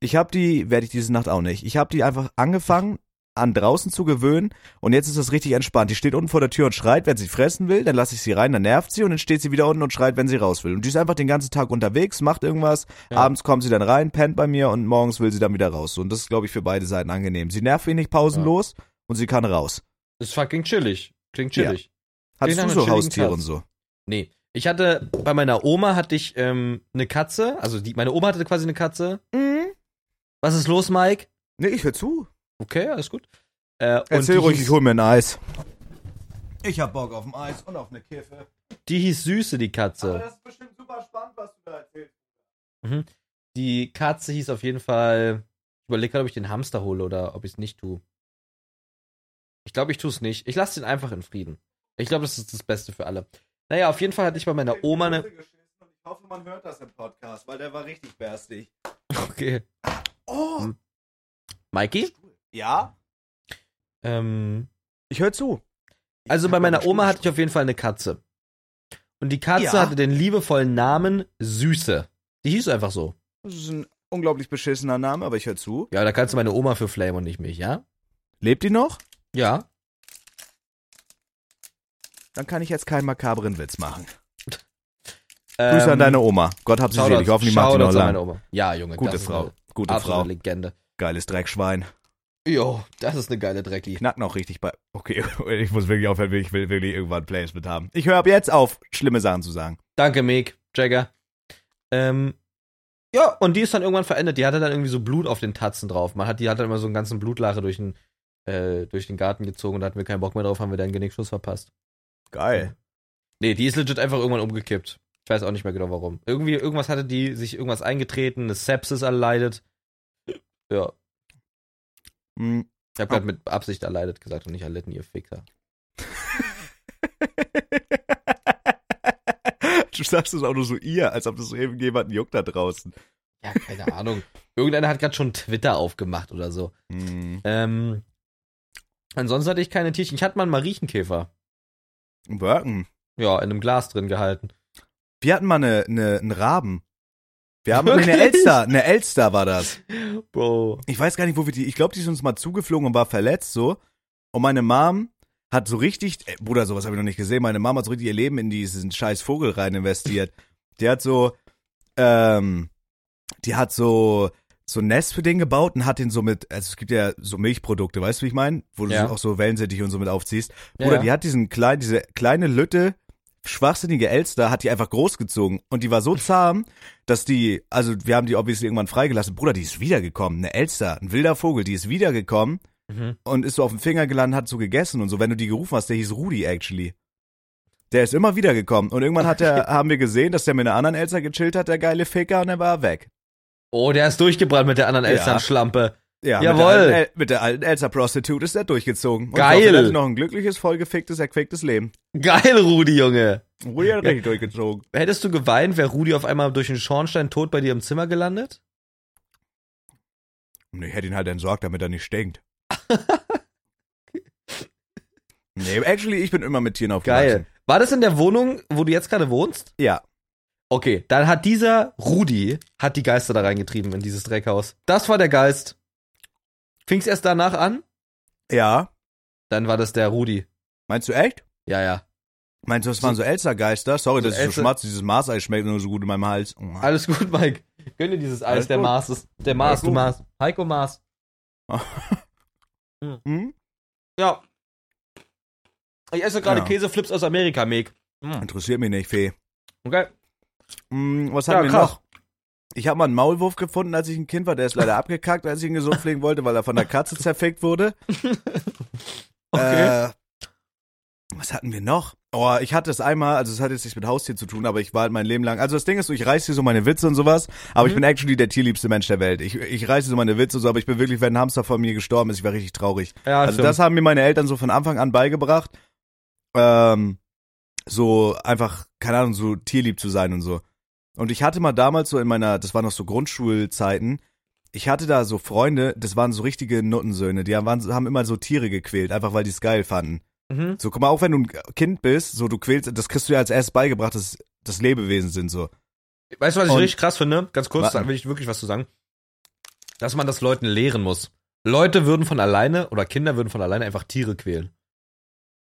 [SPEAKER 2] Ich habe die, werde ich diese Nacht auch nicht. Ich habe die einfach angefangen, an draußen zu gewöhnen und jetzt ist das richtig entspannt. Die steht unten vor der Tür und schreit, wenn sie fressen will, dann lasse ich sie rein, dann nervt sie und dann steht sie wieder unten und schreit, wenn sie raus will. Und die ist einfach den ganzen Tag unterwegs, macht irgendwas,
[SPEAKER 1] Ja.
[SPEAKER 2] abends kommt sie dann rein, pennt bei mir und morgens will sie dann wieder raus. Und das ist, glaube ich, für beide Seiten angenehm. Sie nervt wenig pausenlos und sie kann raus.
[SPEAKER 1] Ist fucking chillig. Klingt chillig.
[SPEAKER 2] Hattest
[SPEAKER 1] Klingt
[SPEAKER 2] du
[SPEAKER 1] nach einem
[SPEAKER 2] so
[SPEAKER 1] chilligen
[SPEAKER 2] Haustiere
[SPEAKER 1] Tag.
[SPEAKER 2] und so?
[SPEAKER 1] Nee. Ich hatte, bei meiner Oma hatte ich ähm, eine Katze. Also die, meine Oma hatte quasi eine Katze. Was ist los, Mike?
[SPEAKER 2] Nee, ich hör zu.
[SPEAKER 1] Okay, alles gut. Äh, und
[SPEAKER 2] Erzähl
[SPEAKER 1] die
[SPEAKER 2] ruhig,
[SPEAKER 1] hieß,
[SPEAKER 2] ich hol mir ein Eis. Ich hab Bock auf ein Eis und auf eine Kiffe.
[SPEAKER 1] Die hieß Süße, die Katze.
[SPEAKER 2] das ist bestimmt super spannend, was du da erzählst.
[SPEAKER 1] Die Katze hieß auf jeden Fall. Ich überlege gerade, ob ich den Hamster hole oder ob ich es nicht tue. Ich glaube, ich tue es nicht. Ich lasse den einfach in Frieden. Ich glaube, das ist das Beste für alle. Naja, auf jeden Fall hatte ich bei meiner Oma
[SPEAKER 2] ne?
[SPEAKER 1] ne- eine.
[SPEAKER 2] Ich hoffe, man hört das im Podcast, weil der war richtig berstig.
[SPEAKER 1] Okay.
[SPEAKER 2] Oh!
[SPEAKER 1] Mikey?
[SPEAKER 2] Ja?
[SPEAKER 1] Ähm,
[SPEAKER 2] Ich höre zu.
[SPEAKER 1] also bei meiner Oma hatte ich auf jeden Fall eine Katze. Und die Katze
[SPEAKER 2] Ja.
[SPEAKER 1] hatte den liebevollen Namen Süße. Die hieß einfach so.
[SPEAKER 2] Das ist ein unglaublich beschissener Name, aber ich höre zu.
[SPEAKER 1] Ja, da kannst du meine Oma für flamen und nicht mich, ja?
[SPEAKER 2] Lebt die noch?
[SPEAKER 1] Ja.
[SPEAKER 2] Dann kann ich jetzt keinen makabren Witz machen.
[SPEAKER 1] Ähm,
[SPEAKER 2] Grüße an deine Oma. Gott hab sie
[SPEAKER 1] Shoutouts-
[SPEAKER 2] selig. Hoffentlich macht die noch
[SPEAKER 1] Shoutouts an meine
[SPEAKER 2] lang.
[SPEAKER 1] Oma. Ja, Junge.
[SPEAKER 2] Gute
[SPEAKER 1] das ist
[SPEAKER 2] Frau.
[SPEAKER 1] Eine
[SPEAKER 2] Gute
[SPEAKER 1] absolute
[SPEAKER 2] Frau.
[SPEAKER 1] Legende.
[SPEAKER 2] Geiles Dreckschwein.
[SPEAKER 1] Jo, das ist eine geile Drecki.
[SPEAKER 2] Knackt noch richtig bei. Okay, ich muss wirklich aufhören, ich will wirklich irgendwann Placement haben. Ich höre ab jetzt auf, schlimme Sachen zu sagen.
[SPEAKER 1] Danke, Meg, Jagger. Ähm, ja, und die ist dann irgendwann verändert. Die hatte dann irgendwie so Blut auf den Tatzen drauf. Man hat, die hat dann immer so einen ganzen Blutlache durch den, äh, durch den Garten gezogen und da hatten wir keinen Bock mehr drauf, haben wir dann Genickschuss verpasst.
[SPEAKER 2] Geil.
[SPEAKER 1] Nee, die ist legit einfach irgendwann umgekippt. Ich weiß auch nicht mehr genau warum. Irgendwie, irgendwas hatte die sich irgendwas eingetreten, eine Sepsis erleidet. Ja,
[SPEAKER 2] Hm.
[SPEAKER 1] ich hab
[SPEAKER 2] Oh.
[SPEAKER 1] gerade mit Absicht erleidet gesagt und nicht erlitten, ihr Ficker.
[SPEAKER 2] Du sagst es auch nur so ihr, als ob das so eben jemanden juckt da draußen.
[SPEAKER 1] Ja, keine Ahnung. Irgendeiner hat gerade schon Twitter aufgemacht oder so.
[SPEAKER 2] Hm.
[SPEAKER 1] Ähm, ansonsten hatte ich keine Tierchen. Ich hatte mal einen Mariechenkäfer.
[SPEAKER 2] Worken.
[SPEAKER 1] Ja, in einem Glas drin gehalten.
[SPEAKER 2] Wir hatten mal eine, eine, einen Raben. Wir haben nee, eine
[SPEAKER 1] Wirklich?
[SPEAKER 2] Elster, eine Elster war das.
[SPEAKER 1] Bro.
[SPEAKER 2] Ich weiß gar nicht, wo wir die, ich glaube, die ist uns mal zugeflogen und war verletzt so. Und meine Mom hat so richtig, äh, Bruder, sowas habe ich noch nicht gesehen, meine Mom hat so richtig ihr Leben in diesen scheiß Vogel rein investiert. Die hat so, ähm, die hat so, so ein Nest für den gebaut und hat den so mit, also es gibt ja so Milchprodukte, weißt du, wie ich meine? Wo du
[SPEAKER 1] Ja.
[SPEAKER 2] so auch so Wellensittich und so mit aufziehst.
[SPEAKER 1] Ja,
[SPEAKER 2] Bruder,
[SPEAKER 1] ja.
[SPEAKER 2] die hat diesen kleinen, diese kleine Lütte, schwachsinnige Elster, hat die einfach großgezogen. Und die war so zahm, dass die, also wir haben die obviously irgendwann freigelassen. Bruder, die ist wiedergekommen. Eine Elster, ein wilder Vogel, die ist wiedergekommen
[SPEAKER 1] Mhm.
[SPEAKER 2] und ist so auf den Finger gelandet, hat so gegessen und so. Wenn du die gerufen hast, der hieß Rudi actually. Der ist immer wiedergekommen. Und irgendwann hat der, haben wir gesehen, dass der mit einer anderen Elster gechillt hat, der geile Ficker, und er war weg.
[SPEAKER 1] Oh, der ist durchgebrannt mit der anderen
[SPEAKER 2] Ja.
[SPEAKER 1] Elsternschlampe.
[SPEAKER 2] Ja,
[SPEAKER 1] Jawohl.
[SPEAKER 2] Mit, der alten, El- mit der alten Elster Prostitute ist er durchgezogen. Und
[SPEAKER 1] Geil.
[SPEAKER 2] Ich hoffe, er hatte noch ein glückliches, vollgeficktes, erquicktes Leben.
[SPEAKER 1] Geil, Rudi, Junge.
[SPEAKER 2] Rudi hat richtig durchgezogen.
[SPEAKER 1] Hättest du geweint, wäre Rudi auf einmal durch den Schornstein tot bei dir im Zimmer gelandet?
[SPEAKER 2] Nee, Ich hätte ihn halt entsorgt, damit er nicht stinkt. nee, actually, ich bin immer mit Tieren aufgewachsen.
[SPEAKER 1] Geil. War das in der Wohnung, wo du jetzt gerade wohnst?
[SPEAKER 2] Ja.
[SPEAKER 1] Okay, dann hat dieser Rudi, hat die Geister da reingetrieben in dieses Dreckhaus. Das war der Geist. Fing's erst danach an?
[SPEAKER 2] Ja.
[SPEAKER 1] Dann war das der Rudi.
[SPEAKER 2] Meinst du echt?
[SPEAKER 1] Ja, ja.
[SPEAKER 2] Meinst du, das waren so Elstergeister? Sorry,
[SPEAKER 1] So
[SPEAKER 2] dass ich so
[SPEAKER 1] Elster-
[SPEAKER 2] schmatze. Dieses Maßeis schmeckt nur so gut in meinem Hals. Oh.
[SPEAKER 1] Alles gut, Mike. Gönn dir dieses Eis,
[SPEAKER 2] Alles
[SPEAKER 1] der
[SPEAKER 2] gut.
[SPEAKER 1] Mars ist. Der Mars,
[SPEAKER 2] Alles
[SPEAKER 1] du
[SPEAKER 2] gut.
[SPEAKER 1] Mars. Heiko Mars.
[SPEAKER 2] Hm?
[SPEAKER 1] Ja. Ich esse gerade
[SPEAKER 2] Ja.
[SPEAKER 1] Käseflips aus Amerika, Meg.
[SPEAKER 2] Interessiert mich nicht, Fee.
[SPEAKER 1] Okay.
[SPEAKER 2] Hm, was
[SPEAKER 1] Ja,
[SPEAKER 2] haben wir
[SPEAKER 1] krass.
[SPEAKER 2] noch? Ich habe mal einen Maulwurf gefunden, als ich ein Kind war. Der ist leider abgekackt, als ich ihn gesund pflegen wollte, weil er von der Katze zerfickt wurde.
[SPEAKER 1] Okay.
[SPEAKER 2] Äh, was hatten wir noch? Oh, ich hatte es einmal, also es hat jetzt nichts mit Haustier zu tun, aber ich war halt mein Leben lang. Also das Ding ist so, ich reiß hier so meine Witze und sowas, aber ich
[SPEAKER 1] Mhm.
[SPEAKER 2] bin actually der tierliebste Mensch der Welt. Ich, ich reiß hier so meine Witze und so, aber ich bin wirklich, wenn ein Hamster von mir gestorben ist, ich war richtig traurig.
[SPEAKER 1] ja,
[SPEAKER 2] Also das haben mir meine Eltern so von Anfang an beigebracht. Ähm, so einfach, keine Ahnung, so tierlieb zu sein und so. Und ich hatte mal damals so in meiner, das waren noch so Grundschulzeiten, ich hatte da so Freunde, das waren so richtige Nuttensöhne, die haben, waren, haben immer so Tiere gequält, einfach weil die es geil fanden.
[SPEAKER 1] Mhm.
[SPEAKER 2] So, guck mal, auch wenn du ein Kind bist, so du quälst, das kriegst du ja als erstes beigebracht, dass das Lebewesen sind so.
[SPEAKER 1] Weißt du, was ich
[SPEAKER 2] Und-
[SPEAKER 1] richtig krass finde? Ganz kurz,
[SPEAKER 2] Warte.
[SPEAKER 1] da will ich wirklich was zu sagen. Dass man das Leuten lehren muss. Leute würden von alleine oder Kinder würden von alleine einfach Tiere quälen.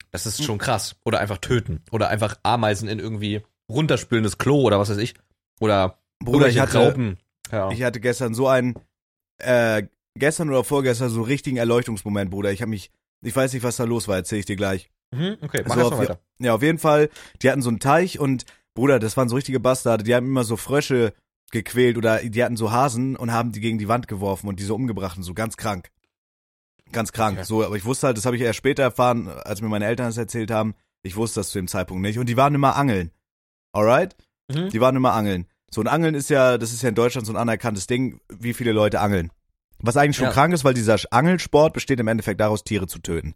[SPEAKER 1] Das ist schon krass. Oder einfach töten. Oder einfach Ameisen in irgendwie runterspülendes Klo oder was weiß ich. Oder,
[SPEAKER 2] Bruder, ich
[SPEAKER 1] irgendwelche
[SPEAKER 2] hatte,
[SPEAKER 1] Raupen. Ja.
[SPEAKER 2] ich hatte gestern so einen, äh, gestern oder vorgestern so einen richtigen Erleuchtungsmoment, Bruder. Ich habe mich, ich weiß nicht, was da los war, erzähle ich dir gleich.
[SPEAKER 1] Mhm, okay, mach
[SPEAKER 2] So,
[SPEAKER 1] erst mal
[SPEAKER 2] Also auf-
[SPEAKER 1] weiter.
[SPEAKER 2] Ja, auf jeden Fall, die hatten so einen Teich und, Bruder, das waren so richtige Bastarde, die haben immer so Frösche gequält oder die hatten so Hasen und haben die gegen die Wand geworfen und diese umgebracht und so ganz krank. Ganz krank.
[SPEAKER 1] Okay.
[SPEAKER 2] So, aber ich wusste halt, das habe ich erst später erfahren, als mir meine Eltern das erzählt haben. Ich wusste das zu dem Zeitpunkt nicht. Und die waren immer angeln. Alright?
[SPEAKER 1] Mhm.
[SPEAKER 2] Die waren immer angeln. So ein Angeln ist ja, das ist ja in Deutschland so ein anerkanntes Ding, wie viele Leute angeln. Was eigentlich schon
[SPEAKER 1] Ja.
[SPEAKER 2] krank ist, weil dieser Sch- Angelsport besteht im Endeffekt daraus, Tiere zu töten.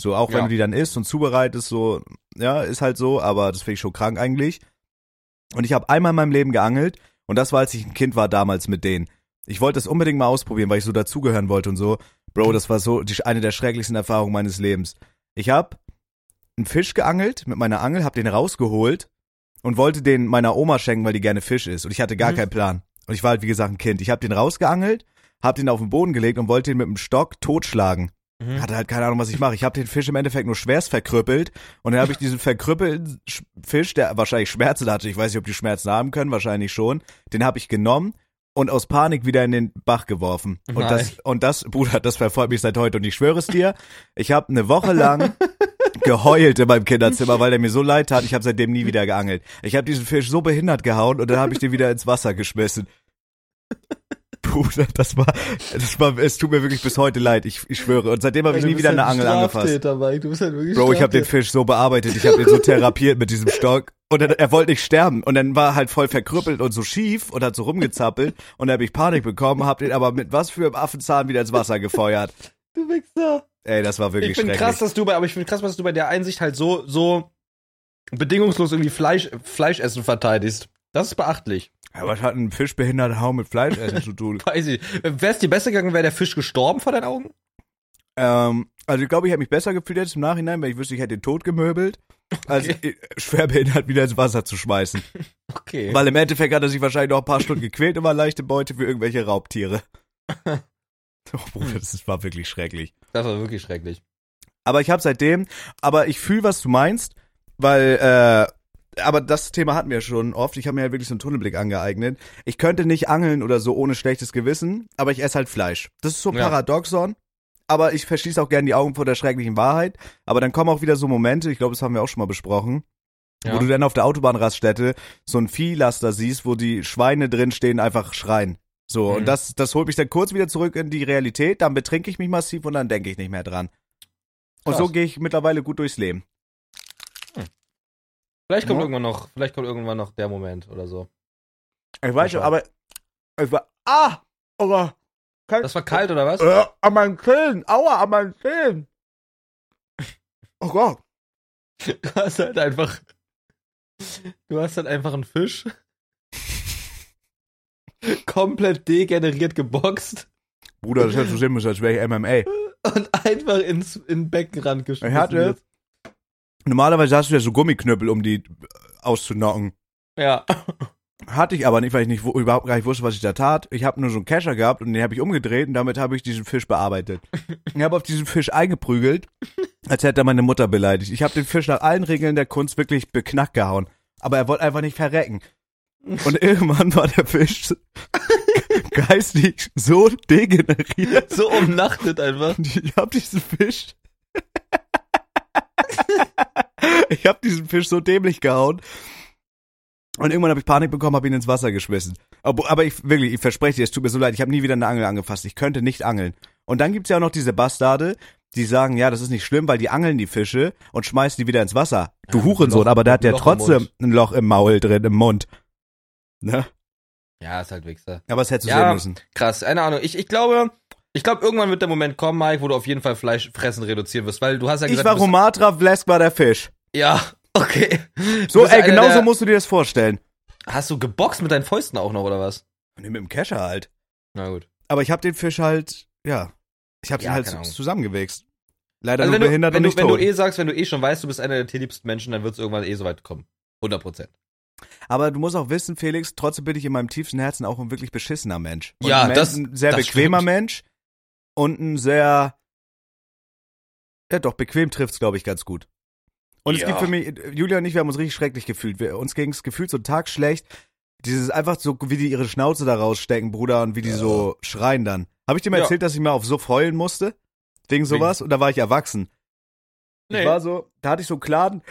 [SPEAKER 2] So, auch wenn
[SPEAKER 1] Ja.
[SPEAKER 2] du die dann isst und zubereitest, so, ja, ist halt so, aber das finde ich schon krank eigentlich. Und ich habe einmal in meinem Leben geangelt und das war, als ich ein Kind war damals mit denen. Ich wollte das unbedingt mal ausprobieren, weil ich so dazugehören wollte und so. Bro, das war so die, eine der schrecklichsten Erfahrungen meines Lebens. Ich habe einen Fisch geangelt mit meiner Angel, habe den rausgeholt und wollte den meiner Oma schenken, weil die gerne Fisch isst. Und ich hatte gar
[SPEAKER 1] Mhm.
[SPEAKER 2] keinen Plan. Und ich war halt, wie gesagt, ein Kind. Ich habe den rausgeangelt, habe den auf den Boden gelegt und wollte ihn mit dem Stock totschlagen.
[SPEAKER 1] Mhm.
[SPEAKER 2] Hatte halt keine Ahnung, was ich mache. Ich habe den Fisch im Endeffekt nur schwerst verkrüppelt. Und dann habe ich diesen verkrüppelten Sch- Fisch, der wahrscheinlich Schmerzen hatte, ich weiß nicht, ob die Schmerzen haben können, wahrscheinlich schon, den habe ich genommen und aus Panik wieder in den Bach geworfen. Und
[SPEAKER 1] Nein.
[SPEAKER 2] das, und das, Bruder, das verfolgt mich seit heute. Und ich schwöre es dir, ich habe eine Woche lang geheult in meinem Kinderzimmer, weil der mir so leid tat. Ich habe seitdem nie wieder geangelt. Ich habe diesen Fisch so behindert gehauen und dann habe ich den wieder ins Wasser geschmissen. Bruder, das war, das war, es tut mir wirklich bis heute leid, ich, ich schwöre. Und seitdem habe ich nie wieder
[SPEAKER 1] halt
[SPEAKER 2] eine Angel angefasst.
[SPEAKER 1] Du bist halt wirklich
[SPEAKER 2] Bro, ich habe den Fisch so bearbeitet, ich habe den so therapiert mit diesem Stock. Und dann, er wollte nicht sterben. Und dann war er halt voll verkrüppelt und so schief und hat so rumgezappelt. Und da habe ich Panik bekommen, habe den aber mit was für einem Affenzahn wieder ins Wasser gefeuert.
[SPEAKER 1] Du Wichser.
[SPEAKER 2] Ey, das war wirklich
[SPEAKER 1] Ich finde
[SPEAKER 2] schrecklich.
[SPEAKER 1] krass, dass du bei, aber ich finde krass, dass du bei der Einsicht halt so, so bedingungslos irgendwie Fleisch, Fleischessen verteidigst. Das ist beachtlich.
[SPEAKER 2] Ja, was hat ein fischbehinderter Hau mit Fleischessen zu tun?
[SPEAKER 1] Weiß ich. Wär's dir besser gegangen, wäre der Fisch gestorben vor deinen Augen?
[SPEAKER 2] Ähm, also ich glaube, ich habe mich besser gefühlt jetzt im Nachhinein, weil ich wüsste, ich hätte den tot gemöbelt, als äh, schwerbehindert wieder ins Wasser zu schmeißen.
[SPEAKER 1] Okay.
[SPEAKER 2] Weil im Endeffekt hat er sich wahrscheinlich noch ein paar Stunden gequält und war leichte Beute für irgendwelche Raubtiere. Oh, Bruder, das ist- war wirklich schrecklich.
[SPEAKER 1] Das war wirklich schrecklich.
[SPEAKER 2] Aber ich habe seitdem, aber ich fühle, was du meinst, weil, äh, aber das Thema hatten wir schon oft. Ich habe mir halt wirklich so einen Tunnelblick angeeignet. Ich könnte nicht angeln oder so ohne schlechtes Gewissen, aber ich esse halt Fleisch. Das ist so ein
[SPEAKER 1] Ja.
[SPEAKER 2] Paradoxon. Aber ich verschließe auch gerne die Augen vor der schrecklichen Wahrheit. Aber dann kommen auch wieder so Momente, ich glaube, das haben wir auch schon mal besprochen,
[SPEAKER 1] Ja.
[SPEAKER 2] wo du dann auf der Autobahnraststätte so ein Viehlaster siehst, wo die Schweine drinstehen, einfach schreien. So,
[SPEAKER 1] Mhm.
[SPEAKER 2] und das, das holt mich dann kurz wieder zurück in die Realität, dann betrinke ich mich massiv und dann denke ich nicht mehr dran. Und
[SPEAKER 1] Krass.
[SPEAKER 2] so gehe ich mittlerweile gut durchs Leben.
[SPEAKER 1] Vielleicht kommt
[SPEAKER 2] Ja.
[SPEAKER 1] irgendwann noch, vielleicht kommt irgendwann noch der Moment oder so.
[SPEAKER 2] Ich weiß
[SPEAKER 1] schon,
[SPEAKER 2] schon, aber ich war, ah, aber
[SPEAKER 1] Das war kalt oder was?
[SPEAKER 2] äh, an meinen Zähnen, aua, an meinen Zähnen. Oh Gott.
[SPEAKER 1] Du hast halt einfach, du hast halt einfach einen Fisch. komplett degeneriert geboxt
[SPEAKER 2] Bruder, das hört so schlimm, als wäre ich MMA.
[SPEAKER 1] und einfach ins in den Beckenrand geschmissen.
[SPEAKER 2] Ich hatte-
[SPEAKER 1] wird.
[SPEAKER 2] Normalerweise hast du ja so Gummiknüppel, um die äh, auszunocken.
[SPEAKER 1] Ja.
[SPEAKER 2] Hatte ich aber nicht, weil ich nicht, wo- überhaupt gar nicht wusste, was ich da tat. Ich habe nur so einen Kescher gehabt und den habe ich umgedreht und damit habe ich diesen Fisch bearbeitet. Ich habe auf diesen Fisch eingeprügelt, als hätte er meine Mutter beleidigt. Ich habe den Fisch nach allen Regeln der Kunst wirklich beknackt gehauen. Aber er wollte einfach nicht verrecken. Und irgendwann war der Fisch geistig so degeneriert.
[SPEAKER 1] So umnachtet einfach.
[SPEAKER 2] Und ich habe diesen Fisch. ich habe diesen Fisch so dämlich gehauen. Und irgendwann habe ich Panik bekommen, habe ihn ins Wasser geschmissen. Aber, aber ich wirklich, ich verspreche dir, es tut mir so leid, ich habe nie wieder eine Angel angefasst. Ich könnte nicht angeln. Und dann gibt's ja auch noch diese Bastarde, die sagen, ja, das ist nicht schlimm, weil die angeln die Fische und schmeißen die wieder ins Wasser. Du
[SPEAKER 1] Ja,
[SPEAKER 2] Hurensohn,
[SPEAKER 1] Loch-
[SPEAKER 2] aber da hat der
[SPEAKER 1] Loch im
[SPEAKER 2] trotzdem
[SPEAKER 1] Mund.
[SPEAKER 2] ein Loch im Maul drin, im Mund. Ne?
[SPEAKER 1] Ja, ist halt Wichser.
[SPEAKER 2] Aber was hättest du
[SPEAKER 1] Ja.
[SPEAKER 2] sehen müssen.
[SPEAKER 1] Krass, keine Ahnung. Ich, ich glaube, ich glaube, irgendwann wird der Moment kommen, Mike, wo du auf jeden Fall Fleischfressen reduzieren wirst, weil du hast ja
[SPEAKER 2] Ich
[SPEAKER 1] gesagt,
[SPEAKER 2] war
[SPEAKER 1] du bist,
[SPEAKER 2] Romatra, Blesk war der Fisch.
[SPEAKER 1] ja, okay.
[SPEAKER 2] So, ey,
[SPEAKER 1] einer
[SPEAKER 2] genau so
[SPEAKER 1] der-
[SPEAKER 2] musst du dir das vorstellen.
[SPEAKER 1] Hast du geboxt mit deinen Fäusten auch noch oder was?
[SPEAKER 2] Nee, mit dem Kescher halt.
[SPEAKER 1] Na gut.
[SPEAKER 2] Aber ich habe den Fisch halt, ja, ich habe
[SPEAKER 1] Ja,
[SPEAKER 2] den halt
[SPEAKER 1] keine Ahnung.
[SPEAKER 2] zusammengewächst. Leider
[SPEAKER 1] Also
[SPEAKER 2] nur
[SPEAKER 1] wenn, du, wenn,
[SPEAKER 2] behindert
[SPEAKER 1] du,
[SPEAKER 2] und nicht
[SPEAKER 1] wenn du
[SPEAKER 2] tot.
[SPEAKER 1] eh sagst, wenn du eh schon weißt, du bist einer der tierliebsten Menschen, dann wird es irgendwann eh so weit kommen. 100 Prozent.
[SPEAKER 2] Aber du musst auch wissen, Felix, trotzdem bin ich in meinem tiefsten Herzen auch ein wirklich beschissener Mensch. Und
[SPEAKER 1] Ja,
[SPEAKER 2] ein, Men-
[SPEAKER 1] das-
[SPEAKER 2] ein sehr
[SPEAKER 1] das
[SPEAKER 2] bequemer
[SPEAKER 1] stimmt.
[SPEAKER 2] Mensch und ein sehr ja doch bequem trifft's glaube ich ganz gut. Und es
[SPEAKER 1] Ja.
[SPEAKER 2] gibt für mich Julia und ich, wir haben uns richtig schrecklich gefühlt. Wir, uns ging's gefühlt so einen Tag schlecht. Dieses einfach so wie die ihre Schnauze da rausstecken, Bruder, und wie die
[SPEAKER 1] Ja.
[SPEAKER 2] so schreien dann. Habe ich dir mal
[SPEAKER 1] Ja.
[SPEAKER 2] erzählt, dass ich mal auf Suff heulen musste? Wegen sowas und da war ich erwachsen.
[SPEAKER 1] Nee.
[SPEAKER 2] Ich war so, da hatte ich so einen klaren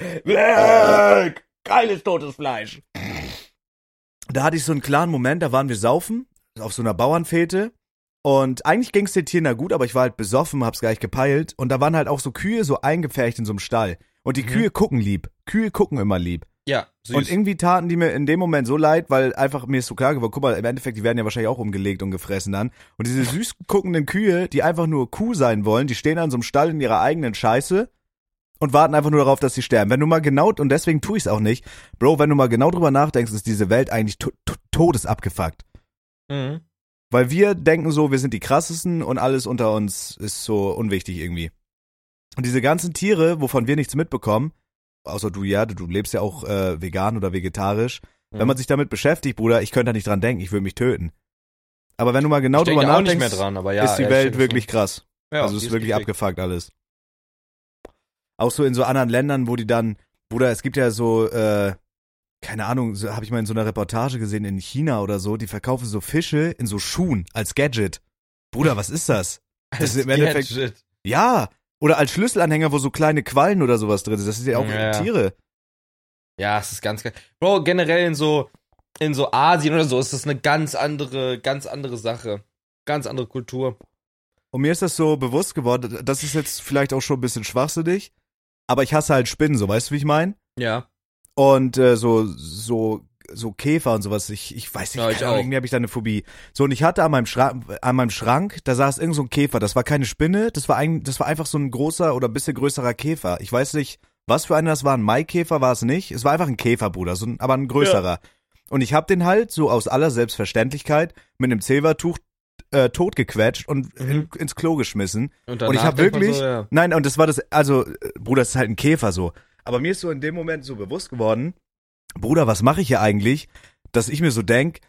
[SPEAKER 3] Geiles totes Fleisch.
[SPEAKER 2] da hatte ich so einen klaren Moment, da waren wir saufen auf so einer Bauernfete und eigentlich ging's den Tieren da gut, aber ich war halt besoffen, hab's gleich gepeilt und da waren halt auch so Kühe so eingepfercht in so einem Stall und die
[SPEAKER 1] Mhm.
[SPEAKER 2] Kühe gucken lieb, Kühe gucken immer lieb
[SPEAKER 1] Ja, süß.
[SPEAKER 2] und irgendwie taten die mir in dem Moment so leid, weil einfach mir ist so klar geworden, guck mal, im Endeffekt, die werden ja wahrscheinlich auch umgelegt und gefressen dann und diese süß guckenden Kühe, die einfach nur Kuh sein wollen, die stehen an so einem Stall in ihrer eigenen Scheiße und warten einfach nur darauf, dass sie sterben. Wenn du mal genau, und deswegen tue ich es auch nicht, Bro, wenn du mal genau drüber nachdenkst, ist diese Welt eigentlich to to todesabgefuckt.
[SPEAKER 1] mhm.
[SPEAKER 2] Weil wir denken so, wir sind die krassesten und alles unter uns ist so unwichtig irgendwie. Und diese ganzen Tiere, wovon wir nichts mitbekommen, außer du ja, du lebst ja auch äh, vegan oder vegetarisch, wenn
[SPEAKER 1] Mhm.
[SPEAKER 2] man sich damit beschäftigt, Bruder, ich könnte da nicht dran denken, ich würde mich töten. Aber wenn du mal genau
[SPEAKER 1] ich denke
[SPEAKER 2] drüber
[SPEAKER 1] auch nicht mehr
[SPEAKER 2] nachdenkst,
[SPEAKER 1] dran, aber ja.
[SPEAKER 2] ist die
[SPEAKER 1] ja,
[SPEAKER 2] Welt
[SPEAKER 1] stimmt.
[SPEAKER 2] wirklich krass
[SPEAKER 1] Ja,
[SPEAKER 2] also es
[SPEAKER 1] die
[SPEAKER 2] ist wirklich
[SPEAKER 1] richtig-
[SPEAKER 2] abgefuckt alles. Auch so in so anderen Ländern, wo die dann, Bruder, es gibt ja so, äh, keine Ahnung, so, habe ich mal in so einer Reportage gesehen in China oder so, die verkaufen so Fische in so Schuhen als Gadget. Bruder, was ist das? Das ist im Endeffekt-
[SPEAKER 1] Gadget.
[SPEAKER 2] Ja, oder als Schlüsselanhänger, wo so kleine Quallen oder sowas drin sind. Das sind ja auch
[SPEAKER 1] Ja, ja.
[SPEAKER 2] Tiere.
[SPEAKER 1] Ja, es ist ganz geil. Bro, generell in so, in so Asien oder so ist das eine ganz andere, ganz andere Sache. Ganz andere Kultur.
[SPEAKER 2] Und mir ist das so bewusst geworden, das ist jetzt vielleicht auch schon ein bisschen schwachsinnig, aber ich hasse halt Spinnen, so weißt du, wie ich meine?
[SPEAKER 1] Ja.
[SPEAKER 2] und äh, so so so Käfer und sowas. Ich ich weiß nicht,
[SPEAKER 1] Ja, ich
[SPEAKER 2] keine Ahnung,
[SPEAKER 1] auch.
[SPEAKER 2] irgendwie habe ich da eine Phobie. So und ich hatte an meinem Schrank an meinem Schrank, da saß irgend so ein Käfer, das war keine Spinne, das war ein das war einfach so ein großer oder ein bisschen größerer Käfer. Ich weiß nicht, was für einer das war, ein Maikäfer war es nicht. Es war einfach ein Käfer, Bruder, so ein, aber ein größerer. Und ich habe den halt so aus aller Selbstverständlichkeit mit einem Silbertuch äh, totgequetscht und
[SPEAKER 1] Mhm.
[SPEAKER 2] in, ins Klo geschmissen.
[SPEAKER 1] Und,
[SPEAKER 2] Und ich
[SPEAKER 1] danach
[SPEAKER 2] habe
[SPEAKER 1] denkt man
[SPEAKER 2] wirklich,
[SPEAKER 1] So, ja.
[SPEAKER 2] nein, und das war das, also, äh, Bruder, das ist halt ein Käfer so. Aber mir ist so in dem Moment so bewusst geworden, Bruder, was mache ich hier eigentlich, dass ich mir so denk,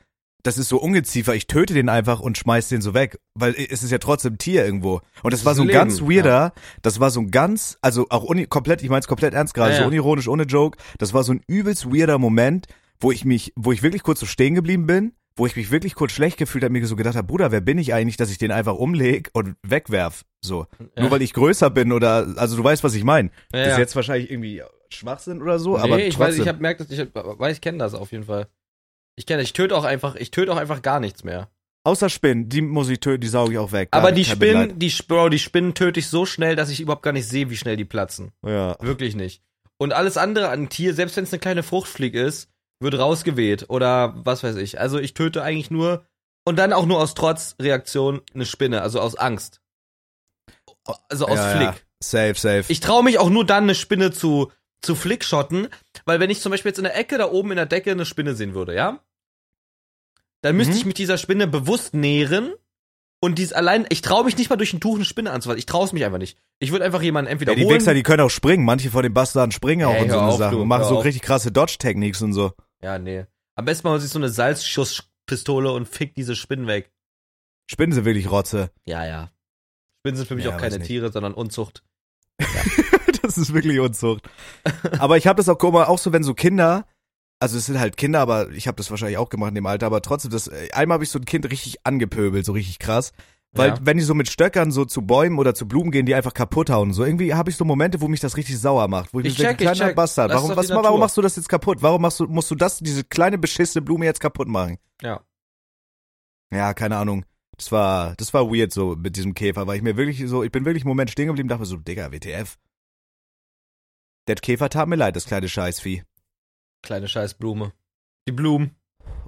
[SPEAKER 2] das ist so ungeziefer, ich töte den einfach und schmeiß den so weg, weil es ist ja trotzdem Tier irgendwo. Und das
[SPEAKER 1] Das
[SPEAKER 2] war
[SPEAKER 1] ist
[SPEAKER 2] so ein
[SPEAKER 1] Leben,
[SPEAKER 2] ganz weirder, das war so ein ganz, also auch uni, komplett, ich mein's komplett ernst gerade,
[SPEAKER 1] Ja,
[SPEAKER 2] so
[SPEAKER 1] ja.
[SPEAKER 2] unironisch, ohne Joke, das war so ein übelst weirder Moment, wo ich mich, wo ich wirklich kurz so stehen geblieben bin, wo ich mich wirklich kurz schlecht gefühlt habe, mir so gedacht habe, Bruder, wer bin ich eigentlich, dass ich den einfach umleg und wegwerf, so.
[SPEAKER 1] Ja.
[SPEAKER 2] Nur weil ich größer bin oder, also du weißt, was ich meine.
[SPEAKER 1] ja,
[SPEAKER 2] Bis
[SPEAKER 1] ja.
[SPEAKER 2] jetzt wahrscheinlich irgendwie Schwachsinn oder so,
[SPEAKER 1] nee,
[SPEAKER 2] aber
[SPEAKER 1] ich weiß,
[SPEAKER 2] trotzdem.
[SPEAKER 1] ich hab merkt, dass ich hab- weiß, ich kenne das auf jeden Fall. Ich kenne, ich töte auch einfach, ich töte auch einfach gar nichts mehr.
[SPEAKER 2] Außer Spinnen, die muss ich töten, die sauge ich auch weg.
[SPEAKER 1] Aber
[SPEAKER 2] Gar
[SPEAKER 1] die
[SPEAKER 2] kein Mitleid.
[SPEAKER 1] Spinnen, die, Sp- Bro, die Spinnen töte ich so schnell, dass ich überhaupt gar nicht sehe, wie schnell die platzen.
[SPEAKER 2] Ja.
[SPEAKER 1] Wirklich nicht. Und alles andere an Tier, selbst wenn es eine kleine Fruchtfliege ist, wird rausgeweht oder was weiß ich. Also ich töte eigentlich nur und dann auch nur aus Trotzreaktion eine Spinne, also aus Angst. Also aus
[SPEAKER 2] ja,
[SPEAKER 1] Flick.
[SPEAKER 2] Ja. Safe, safe.
[SPEAKER 1] Ich traue mich auch nur dann, eine Spinne zu, zu flickschotten, weil wenn ich zum Beispiel jetzt in der Ecke da oben in der Decke eine Spinne sehen würde, ja? Dann müsste
[SPEAKER 2] Mhm.
[SPEAKER 1] ich mich dieser Spinne bewusst nähren und dies allein, ich traue mich nicht mal durch ein Tuch eine Spinne anzufassen. Ich traue es mich einfach nicht. Ich würde einfach jemanden entweder
[SPEAKER 2] Ey, die
[SPEAKER 1] holen.
[SPEAKER 2] Wichser, die können auch springen. Manche von den Bastarden springen auch
[SPEAKER 1] Ey,
[SPEAKER 2] und so
[SPEAKER 1] hör
[SPEAKER 2] eine
[SPEAKER 1] auf,
[SPEAKER 2] Sachen
[SPEAKER 1] du,
[SPEAKER 2] und machen
[SPEAKER 1] hör
[SPEAKER 2] so
[SPEAKER 1] auf.
[SPEAKER 2] richtig krasse Dodge-Techniques und so.
[SPEAKER 1] ja, nee. Am besten mal sich so eine Salzschusspistole und fickt diese Spinnen weg.
[SPEAKER 2] Spinnen sie wirklich Rotze.
[SPEAKER 1] Ja, ja. Spinnen sind für mich
[SPEAKER 2] Ja,
[SPEAKER 1] auch
[SPEAKER 2] weiß
[SPEAKER 1] keine
[SPEAKER 2] nicht.
[SPEAKER 1] Tiere, sondern Unzucht.
[SPEAKER 2] das ist wirklich Unzucht. Aber ich habe das auch, guck mal, auch so, wenn so Kinder, also es sind halt Kinder, aber ich habe das wahrscheinlich auch gemacht in dem Alter, aber trotzdem, das, äh, einmal habe ich so ein Kind richtig angepöbelt, so richtig krass. Weil
[SPEAKER 1] Ja.
[SPEAKER 2] wenn die so mit Stöckern so zu Bäumen oder zu Blumen gehen, die einfach kaputt hauen, so irgendwie habe ich so Momente, wo mich das richtig sauer macht, wo ich,
[SPEAKER 1] Ich
[SPEAKER 2] mich denke,
[SPEAKER 1] check, ich
[SPEAKER 2] kleiner
[SPEAKER 1] check.
[SPEAKER 2] Bastard,
[SPEAKER 1] Lass
[SPEAKER 2] warum,
[SPEAKER 1] doch die
[SPEAKER 2] was, warum
[SPEAKER 1] Natur.
[SPEAKER 2] machst du das jetzt kaputt? Warum machst du, musst du das, diese kleine beschissene Blume jetzt kaputt machen?
[SPEAKER 1] Ja.
[SPEAKER 2] Ja, keine Ahnung. Das war, das war weird so mit diesem Käfer, weil ich mir wirklich so, ich bin wirklich einen Moment stehen geblieben, dachte mir so, Digga, WTF. Der Käfer tat mir leid, das kleine Scheißvieh.
[SPEAKER 1] Kleine Scheißblume. Die Blumen.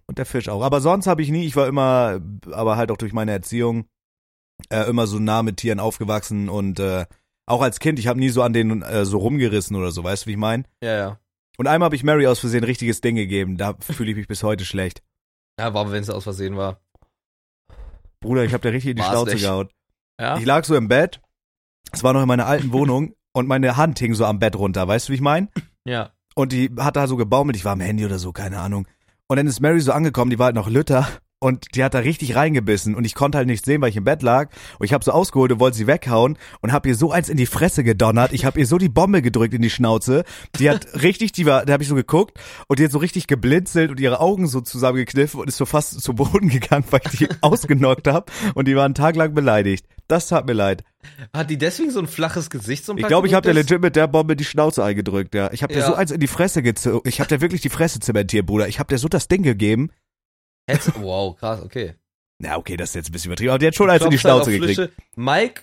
[SPEAKER 2] Und der Fisch auch. Aber sonst habe ich nie, ich war immer, aber halt auch durch meine Erziehung, äh, immer so nah mit Tieren aufgewachsen und äh, auch als Kind, ich habe nie so an denen äh, so rumgerissen oder so, weißt du, wie ich meine?
[SPEAKER 1] Ja, ja.
[SPEAKER 2] Und einmal habe ich Mary aus Versehen ein richtiges Ding gegeben, da fühle ich mich bis heute schlecht.
[SPEAKER 1] Ja, war, wenn es aus Versehen war.
[SPEAKER 2] Bruder, ich habe da richtig in die
[SPEAKER 1] War's
[SPEAKER 2] Schnauze
[SPEAKER 1] nicht.
[SPEAKER 2] gehauen.
[SPEAKER 1] Ja.
[SPEAKER 2] Ich lag so im Bett, Es war noch in meiner alten Wohnung und meine Hand hing so am Bett runter, weißt du, wie ich meine?
[SPEAKER 1] Ja.
[SPEAKER 2] Und die hat da so gebaumelt, ich war am Handy oder so, keine Ahnung. Und dann ist Mary so angekommen, die war halt noch Lütter und die hat da richtig reingebissen und ich konnte halt nichts sehen, weil ich im Bett lag und ich habe so ausgeholt und wollte sie weghauen und habe ihr so eins in die Fresse gedonnert. Ich habe ihr so die Bombe gedrückt in die Schnauze. Die hat richtig, die war, da habe ich so geguckt und die hat so richtig geblinzelt und ihre Augen so zusammengekniffen und ist so fast zu Boden gegangen, weil ich die ausgenockt habe und die war einen Tag lang beleidigt. Das tat mir leid.
[SPEAKER 1] Hat die deswegen so ein flaches Gesicht? So ein
[SPEAKER 2] Ich
[SPEAKER 1] paar
[SPEAKER 2] glaube, ich habe der
[SPEAKER 1] Minuten?
[SPEAKER 2] legit mit der Bombe die Schnauze eingedrückt, ja. Ich habe der
[SPEAKER 1] Ja.
[SPEAKER 2] so eins in die Fresse gezogen. Ich habe der wirklich die Fresse zementiert, Bruder. Ich habe der so das Ding gegeben.
[SPEAKER 1] Hättest- Wow, krass, okay.
[SPEAKER 2] Na, okay, das ist jetzt ein bisschen übertrieben, aber der hat schon eins in die
[SPEAKER 1] Klopft halt auf
[SPEAKER 2] Schnauze gekriegt.
[SPEAKER 1] Fische. Mike,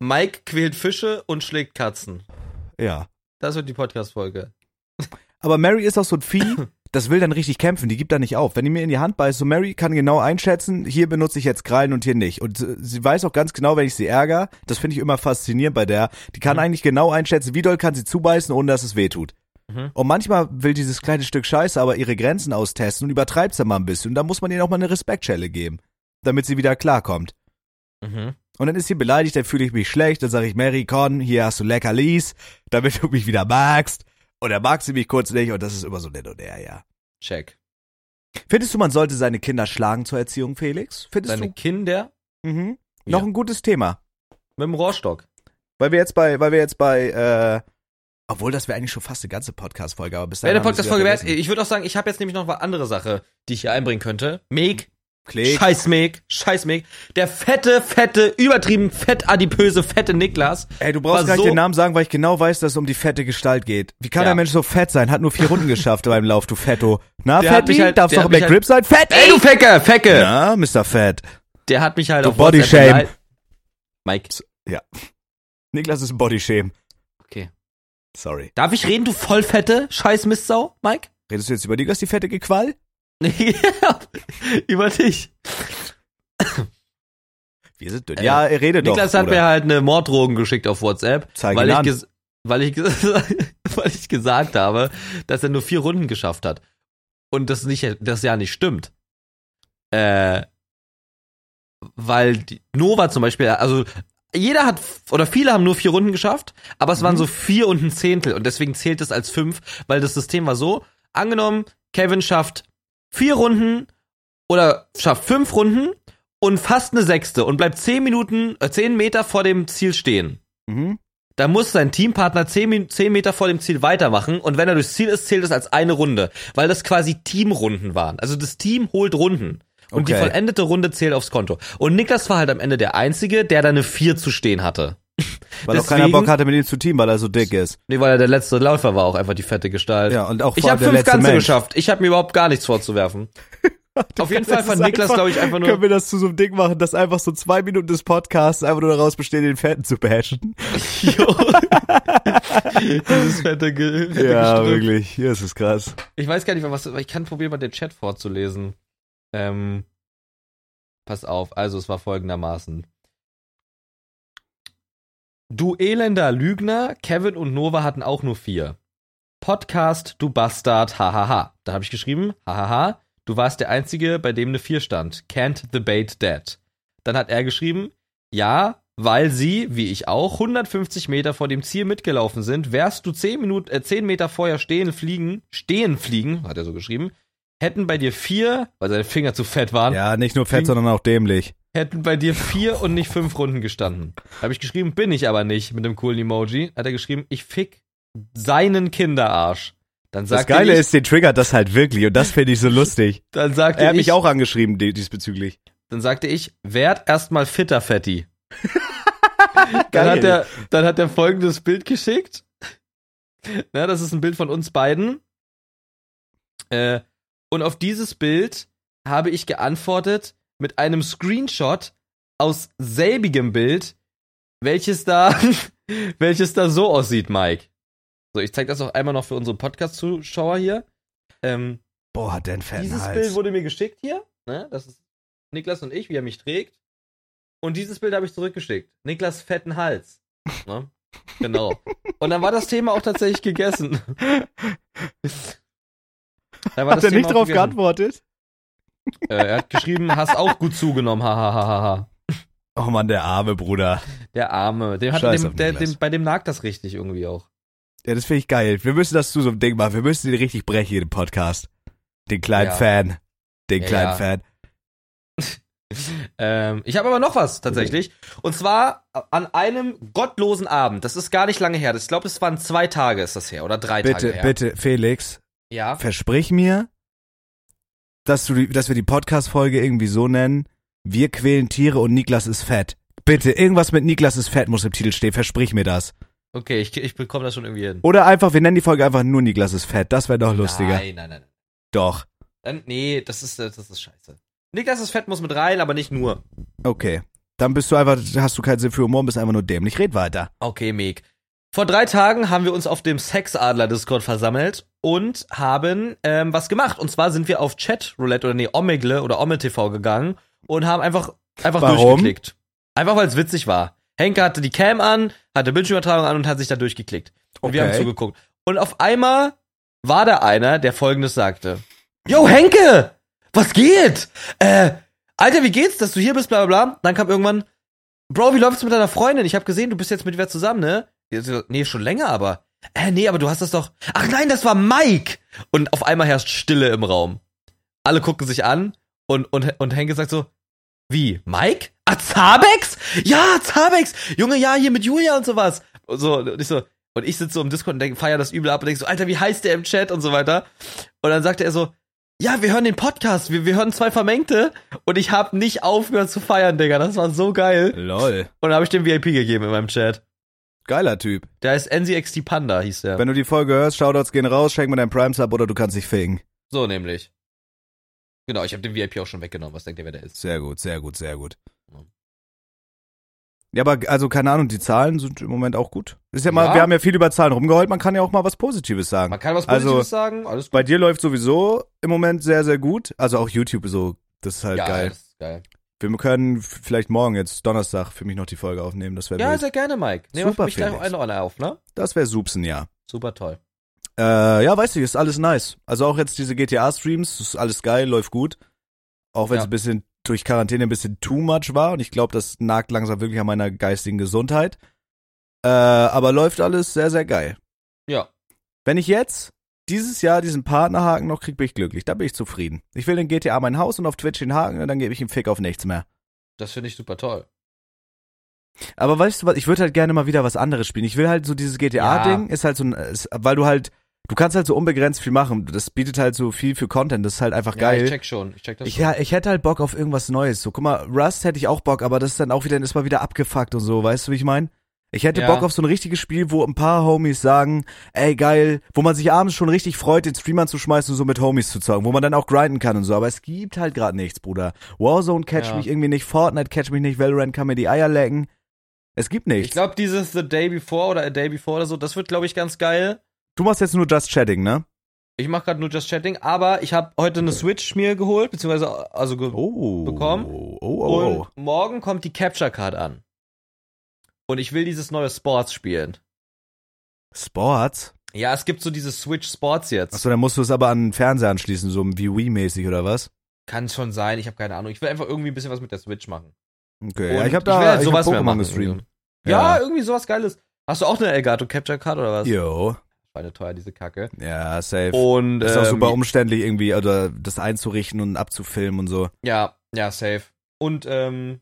[SPEAKER 1] Mike quält Fische und schlägt Katzen.
[SPEAKER 2] Ja.
[SPEAKER 1] Das wird die Podcast-Folge.
[SPEAKER 2] Aber Mary ist auch so ein Vieh, das will dann richtig kämpfen, die gibt da nicht auf. Wenn die mir in die Hand beißt, so Mary kann genau einschätzen, hier benutze ich jetzt Krallen und hier nicht. Und äh, sie weiß auch ganz genau, wenn ich sie ärgere, das finde ich immer faszinierend bei der, die kann
[SPEAKER 1] Mhm.
[SPEAKER 2] eigentlich genau einschätzen, wie doll kann sie zubeißen, ohne dass es weh tut.
[SPEAKER 1] Mhm.
[SPEAKER 2] Und manchmal will dieses kleine Stück Scheiße aber ihre Grenzen austesten und übertreibt es dann mal ein bisschen. Und da muss man ihr auch mal eine Respektschelle geben, damit sie wieder klarkommt.
[SPEAKER 1] Mhm.
[SPEAKER 2] Und dann ist sie beleidigt, dann fühle ich mich schlecht, dann sage ich, Mary, Con, hier hast du Leckerlis, damit du mich wieder magst. Und dann mag sie mich kurz nicht und das ist immer so nett und her, ja.
[SPEAKER 1] Check.
[SPEAKER 2] Findest du, man sollte seine Kinder schlagen zur Erziehung, Felix? Findest
[SPEAKER 1] Seine Kinder
[SPEAKER 2] du? Mhm.
[SPEAKER 1] Ja.
[SPEAKER 2] Noch ein gutes Thema.
[SPEAKER 1] mit dem Rohrstock.
[SPEAKER 2] Weil wir jetzt bei, weil wir jetzt bei, äh, obwohl das wäre eigentlich schon fast eine ganze Podcast-Folge, aber bis
[SPEAKER 1] Wäre
[SPEAKER 2] dahin.
[SPEAKER 1] eine
[SPEAKER 2] haben wir es wieder
[SPEAKER 1] Podcast-Folge wert.
[SPEAKER 2] vergessen.
[SPEAKER 1] Ich würde auch sagen, ich habe jetzt nämlich noch eine andere Sache, die ich hier einbringen könnte. Meg,
[SPEAKER 2] Klick.
[SPEAKER 1] scheiß Meg, scheiß Meg. Der fette, fette, übertrieben fett adipöse, fette Niklas.
[SPEAKER 2] Ey, du brauchst
[SPEAKER 1] War
[SPEAKER 2] gar nicht
[SPEAKER 1] so-
[SPEAKER 2] den Namen sagen, weil ich genau weiß, dass es um die fette Gestalt geht. Wie kann
[SPEAKER 1] Ja.
[SPEAKER 2] der Mensch so fett sein? Hat nur vier Runden geschafft beim Lauf, du Fetto. Na,
[SPEAKER 1] Der hat mich
[SPEAKER 2] Fetti,
[SPEAKER 1] halt-
[SPEAKER 2] darfst
[SPEAKER 1] der
[SPEAKER 2] doch
[SPEAKER 1] hat
[SPEAKER 2] im
[SPEAKER 1] mich
[SPEAKER 2] Grip sein? Fett,
[SPEAKER 1] Ey, du Fecke, Fecke.
[SPEAKER 2] Ja, Mr. Fett.
[SPEAKER 1] Der hat mich halt
[SPEAKER 2] Du
[SPEAKER 1] auf WhatsApp
[SPEAKER 2] Bodyshame.
[SPEAKER 1] beleidigt. Mike,
[SPEAKER 2] Niklas ist ein Bodyshame.
[SPEAKER 1] okay.
[SPEAKER 2] Sorry.
[SPEAKER 1] Darf ich reden, du vollfette scheiß Mistsau, Mike?
[SPEAKER 2] Redest du jetzt über Niklas, die fette Gequall?
[SPEAKER 1] Ja, über dich.
[SPEAKER 2] Wir sind dünn.
[SPEAKER 1] Äh,
[SPEAKER 2] Ja, er redet doch.
[SPEAKER 1] Niklas hat mir
[SPEAKER 2] Bruder.
[SPEAKER 1] halt eine Morddrogen geschickt auf WhatsApp,
[SPEAKER 2] Zeig
[SPEAKER 1] weil
[SPEAKER 2] ihn
[SPEAKER 1] ich,
[SPEAKER 2] an.
[SPEAKER 1] ges- weil, ich ges- weil ich gesagt habe, dass er nur vier Runden geschafft hat. Und das, nicht, das ja nicht stimmt. Äh, weil die Nova zum Beispiel, also jeder hat, oder viele haben nur vier Runden geschafft, aber es waren
[SPEAKER 2] Mhm.
[SPEAKER 1] so vier und ein Zehntel und deswegen zählt es als fünf, weil das System war so, angenommen, Kevin schafft vier Runden oder schafft fünf Runden und fast eine sechste und bleibt zehn Minuten, äh, zehn Meter vor dem Ziel stehen.
[SPEAKER 2] Mhm.
[SPEAKER 1] Da muss sein Teampartner zehn, Min- zehn Meter vor dem Ziel weitermachen und wenn er durchs Ziel ist, zählt es als eine Runde, weil das quasi Teamrunden waren. Also das Team holt Runden. Und die
[SPEAKER 2] Okay.
[SPEAKER 1] vollendete Runde zählt aufs Konto. Und Niklas war halt am Ende der Einzige, der da eine 4 zu stehen hatte.
[SPEAKER 2] Weil auch
[SPEAKER 1] deswegen-
[SPEAKER 2] keiner Bock hatte, mit ihm zu teamen, weil er so dick ist.
[SPEAKER 1] Nee, weil er der letzte Läufer war, auch einfach die fette Gestalt.
[SPEAKER 2] Ja, und auch
[SPEAKER 1] ich
[SPEAKER 2] vor allem
[SPEAKER 1] habe
[SPEAKER 2] der
[SPEAKER 1] fünf
[SPEAKER 2] letzte
[SPEAKER 1] Ganze
[SPEAKER 2] Mensch.
[SPEAKER 1] geschafft. Ich habe mir überhaupt gar nichts vorzuwerfen. Auf jeden Fall
[SPEAKER 2] Das
[SPEAKER 1] fand
[SPEAKER 2] ist
[SPEAKER 1] Niklas, glaube ich, einfach nur
[SPEAKER 2] Können wir das zu so einem Ding machen, dass einfach so zwei Minuten des Podcasts einfach nur daraus bestehen, den Fetten zu bashen?
[SPEAKER 1] dieses fette, Ge fette
[SPEAKER 2] Ja,
[SPEAKER 1] Gestrüpp.
[SPEAKER 2] wirklich. Hier ist es krass.
[SPEAKER 1] Ich weiß gar nicht, was ich kann probieren, mal den Chat vorzulesen. Ähm, pass auf, also es war folgendermaßen. Du elender Lügner, Kevin und Nova hatten auch nur vier. Podcast, du Bastard, hahaha. Da habe ich geschrieben, hahaha, du warst der Einzige, bei dem eine vier stand. Can't debate that. Dann hat er geschrieben, ja, weil sie, wie ich auch, 150 Meter vor dem Ziel mitgelaufen sind, wärst du 10, Minuten, äh, 10 Meter vorher stehen fliegen, stehen fliegen, hat er so geschrieben, hätten bei dir vier, weil seine Finger zu fett waren,
[SPEAKER 2] Ja, nicht nur fett,
[SPEAKER 1] Klingt-
[SPEAKER 2] sondern auch dämlich.
[SPEAKER 1] hätten bei dir vier und nicht fünf Runden gestanden. Habe ich geschrieben, bin ich aber nicht, mit einem coolen Emoji. Hat er geschrieben, ich fick seinen Kinderarsch. Dann
[SPEAKER 2] Das
[SPEAKER 1] sagte
[SPEAKER 2] Geile
[SPEAKER 1] ich,
[SPEAKER 2] ist, den triggert das halt wirklich und das finde ich so lustig.
[SPEAKER 1] dann sagte
[SPEAKER 2] Er hat
[SPEAKER 1] ich,
[SPEAKER 2] mich auch angeschrieben die- diesbezüglich.
[SPEAKER 1] dann sagte ich, werd erstmal fitter, Fetti. dann,
[SPEAKER 2] Geil.
[SPEAKER 1] hat er, dann hat er folgendes Bild geschickt. Na, das ist ein Bild von uns beiden. Äh, und auf dieses Bild habe ich geantwortet mit einem Screenshot aus selbigem Bild, welches da, welches da so aussieht, Mike. So, ich zeige das auch einmal noch für unsere Podcast-Zuschauer hier. Ähm,
[SPEAKER 2] Boah, hat der einen fetten
[SPEAKER 1] dieses
[SPEAKER 2] Hals.
[SPEAKER 1] Bild wurde mir geschickt hier. Ne? Das ist Niklas und ich, wie er mich trägt. Und dieses Bild habe ich zurückgeschickt. Niklas fetten Hals. Ne? Genau. und dann war das Thema auch tatsächlich gegessen. Dann war
[SPEAKER 2] hat er
[SPEAKER 1] Thema
[SPEAKER 2] nicht
[SPEAKER 1] auch
[SPEAKER 2] drauf
[SPEAKER 1] gegessen.
[SPEAKER 2] geantwortet?
[SPEAKER 1] Äh, er hat geschrieben, hast auch gut zugenommen, hahaha.
[SPEAKER 2] Oh Mann, der arme Bruder.
[SPEAKER 1] Der Arme. Dem hat,
[SPEAKER 2] Scheiß
[SPEAKER 1] dem,
[SPEAKER 2] auf
[SPEAKER 1] der,
[SPEAKER 2] Niklas.
[SPEAKER 1] dem, bei dem nagt das richtig irgendwie auch.
[SPEAKER 2] Ja, das finde ich geil. Wir müssen das zu so einem Ding machen. Wir müssen den richtig brechen, den Podcast. Den kleinen
[SPEAKER 1] Ja.
[SPEAKER 2] Fan. Den
[SPEAKER 1] Ja,
[SPEAKER 2] kleinen
[SPEAKER 1] ja.
[SPEAKER 2] Fan.
[SPEAKER 1] Ähm, ich habe aber noch was tatsächlich. Und zwar an einem gottlosen Abend. Das ist gar nicht lange her. Das- Ich glaube, es waren zwei Tage ist das her oder drei Tage
[SPEAKER 2] Bitte,
[SPEAKER 1] halt her.
[SPEAKER 2] bitte, Felix,
[SPEAKER 1] Ja.
[SPEAKER 2] versprich mir, dass, du die, dass wir die Podcast-Folge irgendwie so nennen. Wir quälen Tiere und Niklas ist fett. Bitte, irgendwas mit Niklas ist fett muss im Titel stehen. Versprich mir das.
[SPEAKER 1] Okay, ich, ich bekomme das schon irgendwie hin.
[SPEAKER 2] Oder einfach, wir nennen die Folge einfach nur Niklas ist fett. Das wäre doch lustiger.
[SPEAKER 1] Nein, nein, nein.
[SPEAKER 2] Doch.
[SPEAKER 1] Dann, nee, das ist, äh, das ist scheiße. Niklas ist fett, muss mit rein, aber nicht nur.
[SPEAKER 2] Okay. Dann bist du einfach, hast du keinen Sinn für Humor, bist einfach nur dämlich. Red weiter.
[SPEAKER 1] Okay, Meg. Vor drei Tagen haben wir uns auf dem Sexadler-Discord versammelt und haben ähm, was gemacht. Und zwar sind wir auf Chat-Roulette oder nee, Omegle oder OmmelTV gegangen und haben einfach, einfach
[SPEAKER 2] Warum?
[SPEAKER 1] durchgeklickt. Einfach, weil es witzig war. Henke hatte die Cam an, hatte Bildschirmübertragung an und hat sich da durchgeklickt. Und wir
[SPEAKER 2] Okay.
[SPEAKER 1] haben zugeguckt. Und auf einmal war da einer, der folgendes sagte. Yo, Henke! Was geht? Äh, Alter, wie geht's, dass du hier bist, bla bla bla. Dann kam irgendwann, Bro, wie läuft's mit deiner Freundin? Ich habe gesehen, du bist jetzt mit wer zusammen, ne? Ich so, Nee, schon länger, aber. Äh, nee, aber du hast das doch. Ach nein, das war Mike! Und auf einmal herrscht Stille im Raum. Alle gucken sich an und, und, und Henke sagt so, wie, Mike? Ah, Zabex? Ja, Zabex! Junge, ja, hier mit Julia und sowas. Und so, und ich so, und ich sitze so im Discord und denk, feier das übel ab und denk so, Alter, wie heißt der im Chat und so weiter. Und dann sagte er so, ja, wir hören den Podcast, wir, wir hören zwei Vermengte und ich habe nicht aufgehört zu feiern, Digga, das war so geil.
[SPEAKER 2] Lol.
[SPEAKER 1] Und dann habe ich dem VIP gegeben in meinem Chat.
[SPEAKER 2] Geiler Typ.
[SPEAKER 1] Der heißt NCXT Panda, hieß der.
[SPEAKER 2] Wenn du die Folge hörst, Shoutouts gehen raus, schenk mir deinen Prime-Sub oder du kannst dich ficken.
[SPEAKER 1] so nämlich. Genau, ich habe den VIP auch schon weggenommen. Was denkt ihr, wer der ist?
[SPEAKER 2] Sehr gut, sehr gut, sehr gut.
[SPEAKER 1] Ja.
[SPEAKER 2] Ja, aber also keine Ahnung, die Zahlen sind im Moment auch gut. Ist ja mal,
[SPEAKER 1] Ja.
[SPEAKER 2] wir haben ja viel über Zahlen rumgeheult, man kann ja auch mal was Positives sagen.
[SPEAKER 1] Man kann was
[SPEAKER 2] Also-
[SPEAKER 1] Positives sagen, alles
[SPEAKER 2] Bei dir läuft sowieso im Moment sehr, sehr gut. Also auch YouTube so, das ist halt
[SPEAKER 1] ja,
[SPEAKER 2] geil.
[SPEAKER 1] Das ist geil.
[SPEAKER 2] Wir können f- vielleicht morgen jetzt Donnerstag für mich noch die Folge aufnehmen, das wäre
[SPEAKER 1] Ja,
[SPEAKER 2] ja,
[SPEAKER 1] sehr gerne, Mike. Nehmen wir
[SPEAKER 2] Äh, Super,
[SPEAKER 1] mich gleich noch
[SPEAKER 2] Felix.
[SPEAKER 1] eine Rolle auf, ne?
[SPEAKER 2] das wäre Supsen, ja.
[SPEAKER 1] Super toll.
[SPEAKER 2] Äh, ja, weißt du, ist alles nice. Also auch jetzt diese GTA-Streams, ist alles geil, läuft gut. Auch wenn es
[SPEAKER 1] Ja.
[SPEAKER 2] ein bisschen durch Quarantäne ein bisschen too much war und ich glaube, das nagt langsam wirklich an meiner geistigen Gesundheit. Äh, aber läuft alles sehr, sehr geil.
[SPEAKER 1] Ja.
[SPEAKER 2] Wenn ich jetzt dieses Jahr diesen Partnerhaken noch krieg, bin ich glücklich. Da bin ich zufrieden. Ich will in GTA mein Haus und auf Twitch den Haken und dann gebe ich ihm Fick auf nichts mehr.
[SPEAKER 1] Das finde ich super toll.
[SPEAKER 2] Aber weißt du was, ich würde halt gerne mal wieder was anderes spielen. Ich will halt so dieses GTA-Ding, ist halt so ein, ist, weil du halt, du kannst halt so unbegrenzt viel machen. Das bietet halt so viel für Content, das ist halt einfach
[SPEAKER 1] Ja, ich
[SPEAKER 2] geil.
[SPEAKER 1] check schon. Ich check das
[SPEAKER 2] Ich,
[SPEAKER 1] schon.
[SPEAKER 2] ja, ich hätte halt Bock auf irgendwas Neues. So, guck mal, Rust hätte ich auch Bock, aber das ist dann auch wieder, dann ist mal wieder abgefuckt und so, weißt du, wie ich meine? Ich hätte
[SPEAKER 1] Ja.
[SPEAKER 2] Bock auf so ein richtiges Spiel, wo ein paar Homies sagen, ey geil, wo man sich abends schon richtig freut, den Streamer zu schmeißen und so mit Homies zu zocken, wo man dann auch grinden kann und so, aber es gibt halt gerade nichts, Bruder. Warzone catch
[SPEAKER 1] Ja.
[SPEAKER 2] mich irgendwie nicht, Fortnite catch mich nicht, Valorant kann mir die Eier lecken. Es gibt nichts.
[SPEAKER 1] Ich glaube, dieses The Day Before oder A Day Before oder so, das wird, glaube ich, ganz geil.
[SPEAKER 2] Du machst jetzt nur Just Chatting, ne?
[SPEAKER 1] Ich mache gerade nur Just Chatting, aber ich habe heute eine Switch mir geholt, beziehungsweise also ge
[SPEAKER 2] Oh.
[SPEAKER 1] Bekommen.
[SPEAKER 2] Oh, oh, oh.
[SPEAKER 1] Und morgen kommt die Capture Card an. Und ich will dieses neue Sports spielen.
[SPEAKER 2] Sports?
[SPEAKER 1] Ja, es gibt so diese Switch Sports jetzt.
[SPEAKER 2] Achso, dann musst du es aber an den Fernseher anschließen, so wie Wii-mäßig oder was?
[SPEAKER 1] Kann schon sein, ich habe keine Ahnung. Ich will einfach irgendwie ein bisschen was mit der Switch machen.
[SPEAKER 2] Okay,
[SPEAKER 1] Und
[SPEAKER 2] ja, ich hab
[SPEAKER 1] will
[SPEAKER 2] da
[SPEAKER 1] halt
[SPEAKER 2] ich hab
[SPEAKER 1] sowas mehr
[SPEAKER 2] Pokémon
[SPEAKER 1] machen.
[SPEAKER 2] gestreamt.
[SPEAKER 1] Ja.
[SPEAKER 2] Ja.
[SPEAKER 1] irgendwie sowas Geiles. Hast du auch eine Elgato Capture Card oder was?
[SPEAKER 2] Jo.
[SPEAKER 1] Schweine teuer, diese Kacke.
[SPEAKER 2] Ja, safe.
[SPEAKER 1] Und
[SPEAKER 2] ist auch
[SPEAKER 1] ähm,
[SPEAKER 2] super um- umständlich irgendwie, oder das einzurichten und abzufilmen und so.
[SPEAKER 1] Ja, ja, safe. Und, ähm,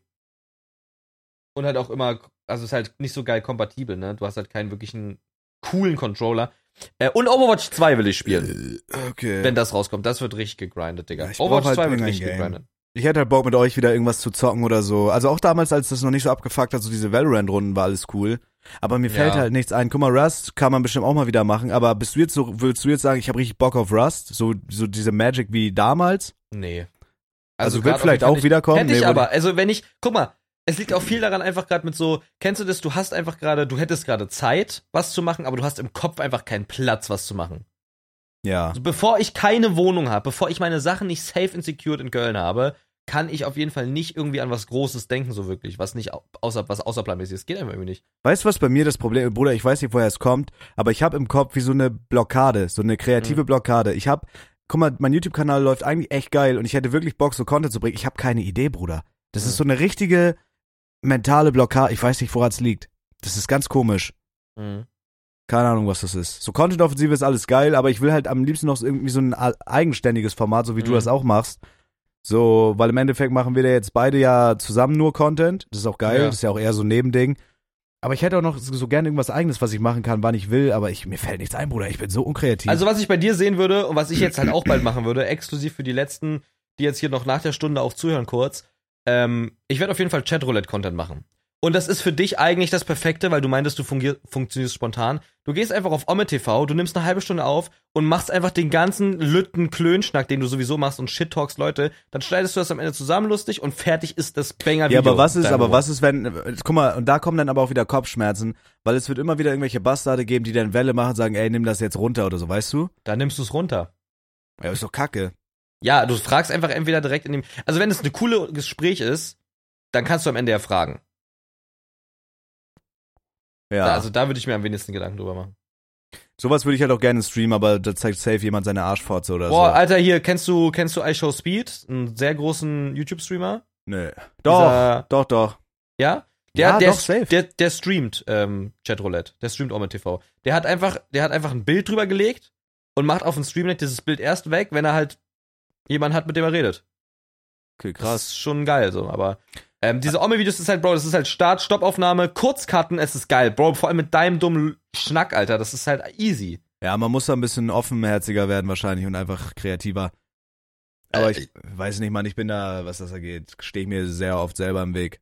[SPEAKER 1] und halt auch immer, also ist halt nicht so geil kompatibel, ne? Du hast halt keinen wirklichen coolen Controller. Äh, und Overwatch 2 will ich spielen,
[SPEAKER 2] Äh, Okay.
[SPEAKER 1] wenn das rauskommt. Das wird richtig gegrindet, Digga.
[SPEAKER 2] Ja, ich brauch
[SPEAKER 1] Overwatch
[SPEAKER 2] halt
[SPEAKER 1] 2 wird
[SPEAKER 2] irgendein
[SPEAKER 1] richtig
[SPEAKER 2] Game.
[SPEAKER 1] gegrindet.
[SPEAKER 2] ich hätte halt Bock mit euch wieder irgendwas zu zocken oder so. Also auch damals, als das noch nicht so abgefuckt hat, so diese Valorant-Runden war alles cool. Aber mir fällt
[SPEAKER 1] Ja.
[SPEAKER 2] halt nichts ein. Guck mal, Rust kann man bestimmt auch mal wieder machen, aber bist du jetzt so, würdest du jetzt sagen, ich habe richtig Bock auf Rust? So, so diese Magic wie damals?
[SPEAKER 1] Nee.
[SPEAKER 2] Also,
[SPEAKER 1] grad
[SPEAKER 2] wird
[SPEAKER 1] auf
[SPEAKER 2] vielleicht
[SPEAKER 1] jeden Fall
[SPEAKER 2] auch
[SPEAKER 1] nicht.
[SPEAKER 2] wiederkommen.
[SPEAKER 1] Hätte ich
[SPEAKER 2] Nee,
[SPEAKER 1] aber, also wenn ich, guck mal, es liegt auch viel daran einfach gerade mit so, kennst du das, du hast einfach gerade, du hättest gerade Zeit, was zu machen, aber du hast im Kopf einfach keinen Platz, was zu machen.
[SPEAKER 2] Ja.
[SPEAKER 1] Also bevor ich keine Wohnung habe, bevor ich meine Sachen nicht safe and secured in Köln habe, kann ich auf jeden Fall nicht irgendwie an was Großes denken, so wirklich, was nicht au- außer was außerplanmäßig ist. Geht einfach irgendwie nicht.
[SPEAKER 2] Weißt du, was bei mir das Problem ist? Bruder, ich weiß nicht, woher es kommt, aber ich habe im Kopf wie so eine Blockade, so eine kreative Blockade. Ich habe, guck mal, mein YouTube-Kanal läuft eigentlich echt geil und ich hätte wirklich Bock, so Content zu bringen. Ich habe keine Idee, Bruder. Das
[SPEAKER 1] Mhm.
[SPEAKER 2] ist so eine richtige mentale Blockade. Ich weiß nicht, woran es liegt. Das ist ganz komisch.
[SPEAKER 1] Mhm.
[SPEAKER 2] Keine Ahnung, was das ist. So Content-Offensive ist alles geil, aber ich will halt am liebsten noch so irgendwie so ein a- eigenständiges Format, so wie du
[SPEAKER 1] Mhm.
[SPEAKER 2] das auch machst. So, weil im Endeffekt machen wir da jetzt beide ja zusammen nur Content. Das ist auch geil.
[SPEAKER 1] Ja.
[SPEAKER 2] Das ist ja auch eher so ein Nebending. Aber ich hätte auch noch so so gerne irgendwas Eigenes, was ich machen kann, wann ich will. Aber ich, mir fällt nichts ein, Bruder. Ich bin so unkreativ.
[SPEAKER 1] Also was ich bei dir sehen würde und was ich jetzt halt auch bald machen würde, exklusiv für die letzten, die jetzt hier noch nach der Stunde auch zuhören kurz, ähm, ich werde auf jeden Fall Chatroulette-Content machen. Und das ist für dich eigentlich das Perfekte, weil du meintest, du fungier- funktionierst spontan. Du gehst einfach auf Omme TV, du nimmst eine halbe Stunde auf und machst einfach den ganzen lütten Klönschnack, den du sowieso machst und shit-talkst Leute. Dann schneidest du das am Ende zusammen lustig und fertig ist das Banger-Video.
[SPEAKER 2] Ja, aber was ist,
[SPEAKER 1] Dein
[SPEAKER 2] aber
[SPEAKER 1] Humor.
[SPEAKER 2] was ist, wenn, äh, guck mal, und da kommen dann aber auch wieder Kopfschmerzen, weil es wird immer wieder irgendwelche Bastarde geben, die dann Welle machen und sagen, ey, nimm das jetzt runter oder so, weißt du?
[SPEAKER 1] Da nimmst du es runter.
[SPEAKER 2] Ja, ist doch kacke.
[SPEAKER 1] Ja, du fragst einfach entweder direkt in dem. Also wenn es eine coole Gespräch ist, dann kannst du am Ende ja fragen.
[SPEAKER 2] Ja.
[SPEAKER 1] Da, also da würde ich mir am wenigsten Gedanken drüber machen.
[SPEAKER 2] Sowas würde ich halt auch gerne streamen, aber da zeigt safe jemand seine Arschfotze oder
[SPEAKER 1] Boah,
[SPEAKER 2] so.
[SPEAKER 1] Alter, hier, kennst du, kennst du iShow Speed? Einen sehr großen YouTube-Streamer?
[SPEAKER 2] Nö. Doch,
[SPEAKER 1] Dieser-
[SPEAKER 2] doch, doch.
[SPEAKER 1] Ja? Der,
[SPEAKER 2] Ja,
[SPEAKER 1] der,
[SPEAKER 2] doch, safe.
[SPEAKER 1] der, der streamt ähm, Chatroulette. Der streamt Omen TV. Der hat einfach, der hat einfach ein Bild drüber gelegt und macht auf dem Streamnet dieses Bild erst weg, wenn er halt jemanden hat, mit dem er redet.
[SPEAKER 2] Okay,
[SPEAKER 1] Das
[SPEAKER 2] krass.
[SPEAKER 1] ist schon geil, so, aber. Ähm, diese Omme-Videos ist halt, Bro, das ist halt Start, Stoppaufnahme, Kurzkarten, es ist geil, Bro, vor allem mit deinem dummen Schnack, Alter, das ist halt easy.
[SPEAKER 2] Ja, man muss da ein bisschen offenherziger werden wahrscheinlich und einfach kreativer. Aber
[SPEAKER 1] Äh,
[SPEAKER 2] ich weiß nicht, Mann, ich bin da, was das angeht, stehe ich mir sehr oft selber im Weg.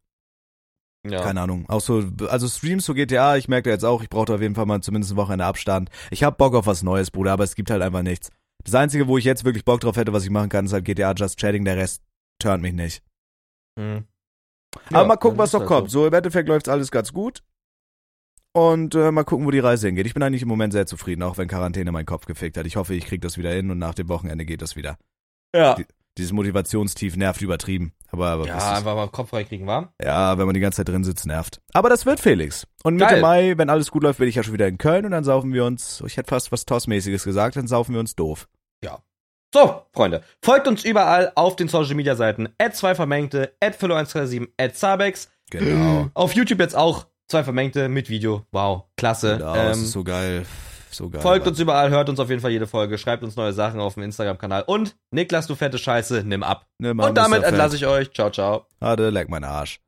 [SPEAKER 1] Ja.
[SPEAKER 2] Keine Ahnung. Auch so, also Streams zu GTA, ich merke da jetzt auch, ich brauche da auf jeden Fall mal zumindest eine Woche einen Abstand. Ich habe Bock auf was Neues, Bruder, aber es gibt halt einfach nichts. Das Einzige, wo ich jetzt wirklich Bock drauf hätte, was ich machen kann, ist halt GTA Just Chatting, der Rest turnt mich nicht.
[SPEAKER 1] Mhm.
[SPEAKER 2] aber
[SPEAKER 1] Ja,
[SPEAKER 2] mal gucken,
[SPEAKER 1] dann
[SPEAKER 2] was
[SPEAKER 1] ist
[SPEAKER 2] noch
[SPEAKER 1] das
[SPEAKER 2] kommt.
[SPEAKER 1] so.
[SPEAKER 2] So, im Endeffekt läuft's alles ganz gut. Und äh, mal gucken, wo die Reise hingeht. Ich bin eigentlich im Moment sehr zufrieden, auch wenn Quarantäne meinen Kopf gefickt hat. Ich hoffe, ich krieg das wieder hin und nach dem Wochenende geht das wieder.
[SPEAKER 1] Ja,
[SPEAKER 2] Dieses Motivationstief nervt übertrieben. Aber, aber was
[SPEAKER 1] ja
[SPEAKER 2] oh, ist-
[SPEAKER 1] einfach mal Kopf reinkriegen, wa?
[SPEAKER 2] ja, wenn man die ganze Zeit drin sitzt, nervt. Aber das wird Felix. Und Mitte
[SPEAKER 1] Geil.
[SPEAKER 2] Mai, wenn alles gut läuft, bin ich ja schon wieder in Köln und dann saufen wir uns, ich hätte fast was Tossmäßiges gesagt, dann saufen wir uns doof.
[SPEAKER 1] So, Freunde, folgt uns überall auf den Social Media Seiten, at 2 Vermengte, at Philo 137, at Zabex.
[SPEAKER 2] Genau.
[SPEAKER 1] Auf YouTube jetzt auch, 2 Vermengte mit Video, wow, klasse.
[SPEAKER 2] Genau, das
[SPEAKER 1] ähm,
[SPEAKER 2] ist so geil. So geil.
[SPEAKER 1] Folgt
[SPEAKER 2] Mann.
[SPEAKER 1] uns überall, hört uns auf jeden Fall jede Folge, schreibt uns neue Sachen auf dem Instagram-Kanal und Niklas, du fette Scheiße, nimm ab.
[SPEAKER 2] Ne, Mann,
[SPEAKER 1] Und damit
[SPEAKER 2] ist der
[SPEAKER 1] entlasse ich euch. Ciao, ciao.
[SPEAKER 2] Fett. Hade, leck mein Arsch.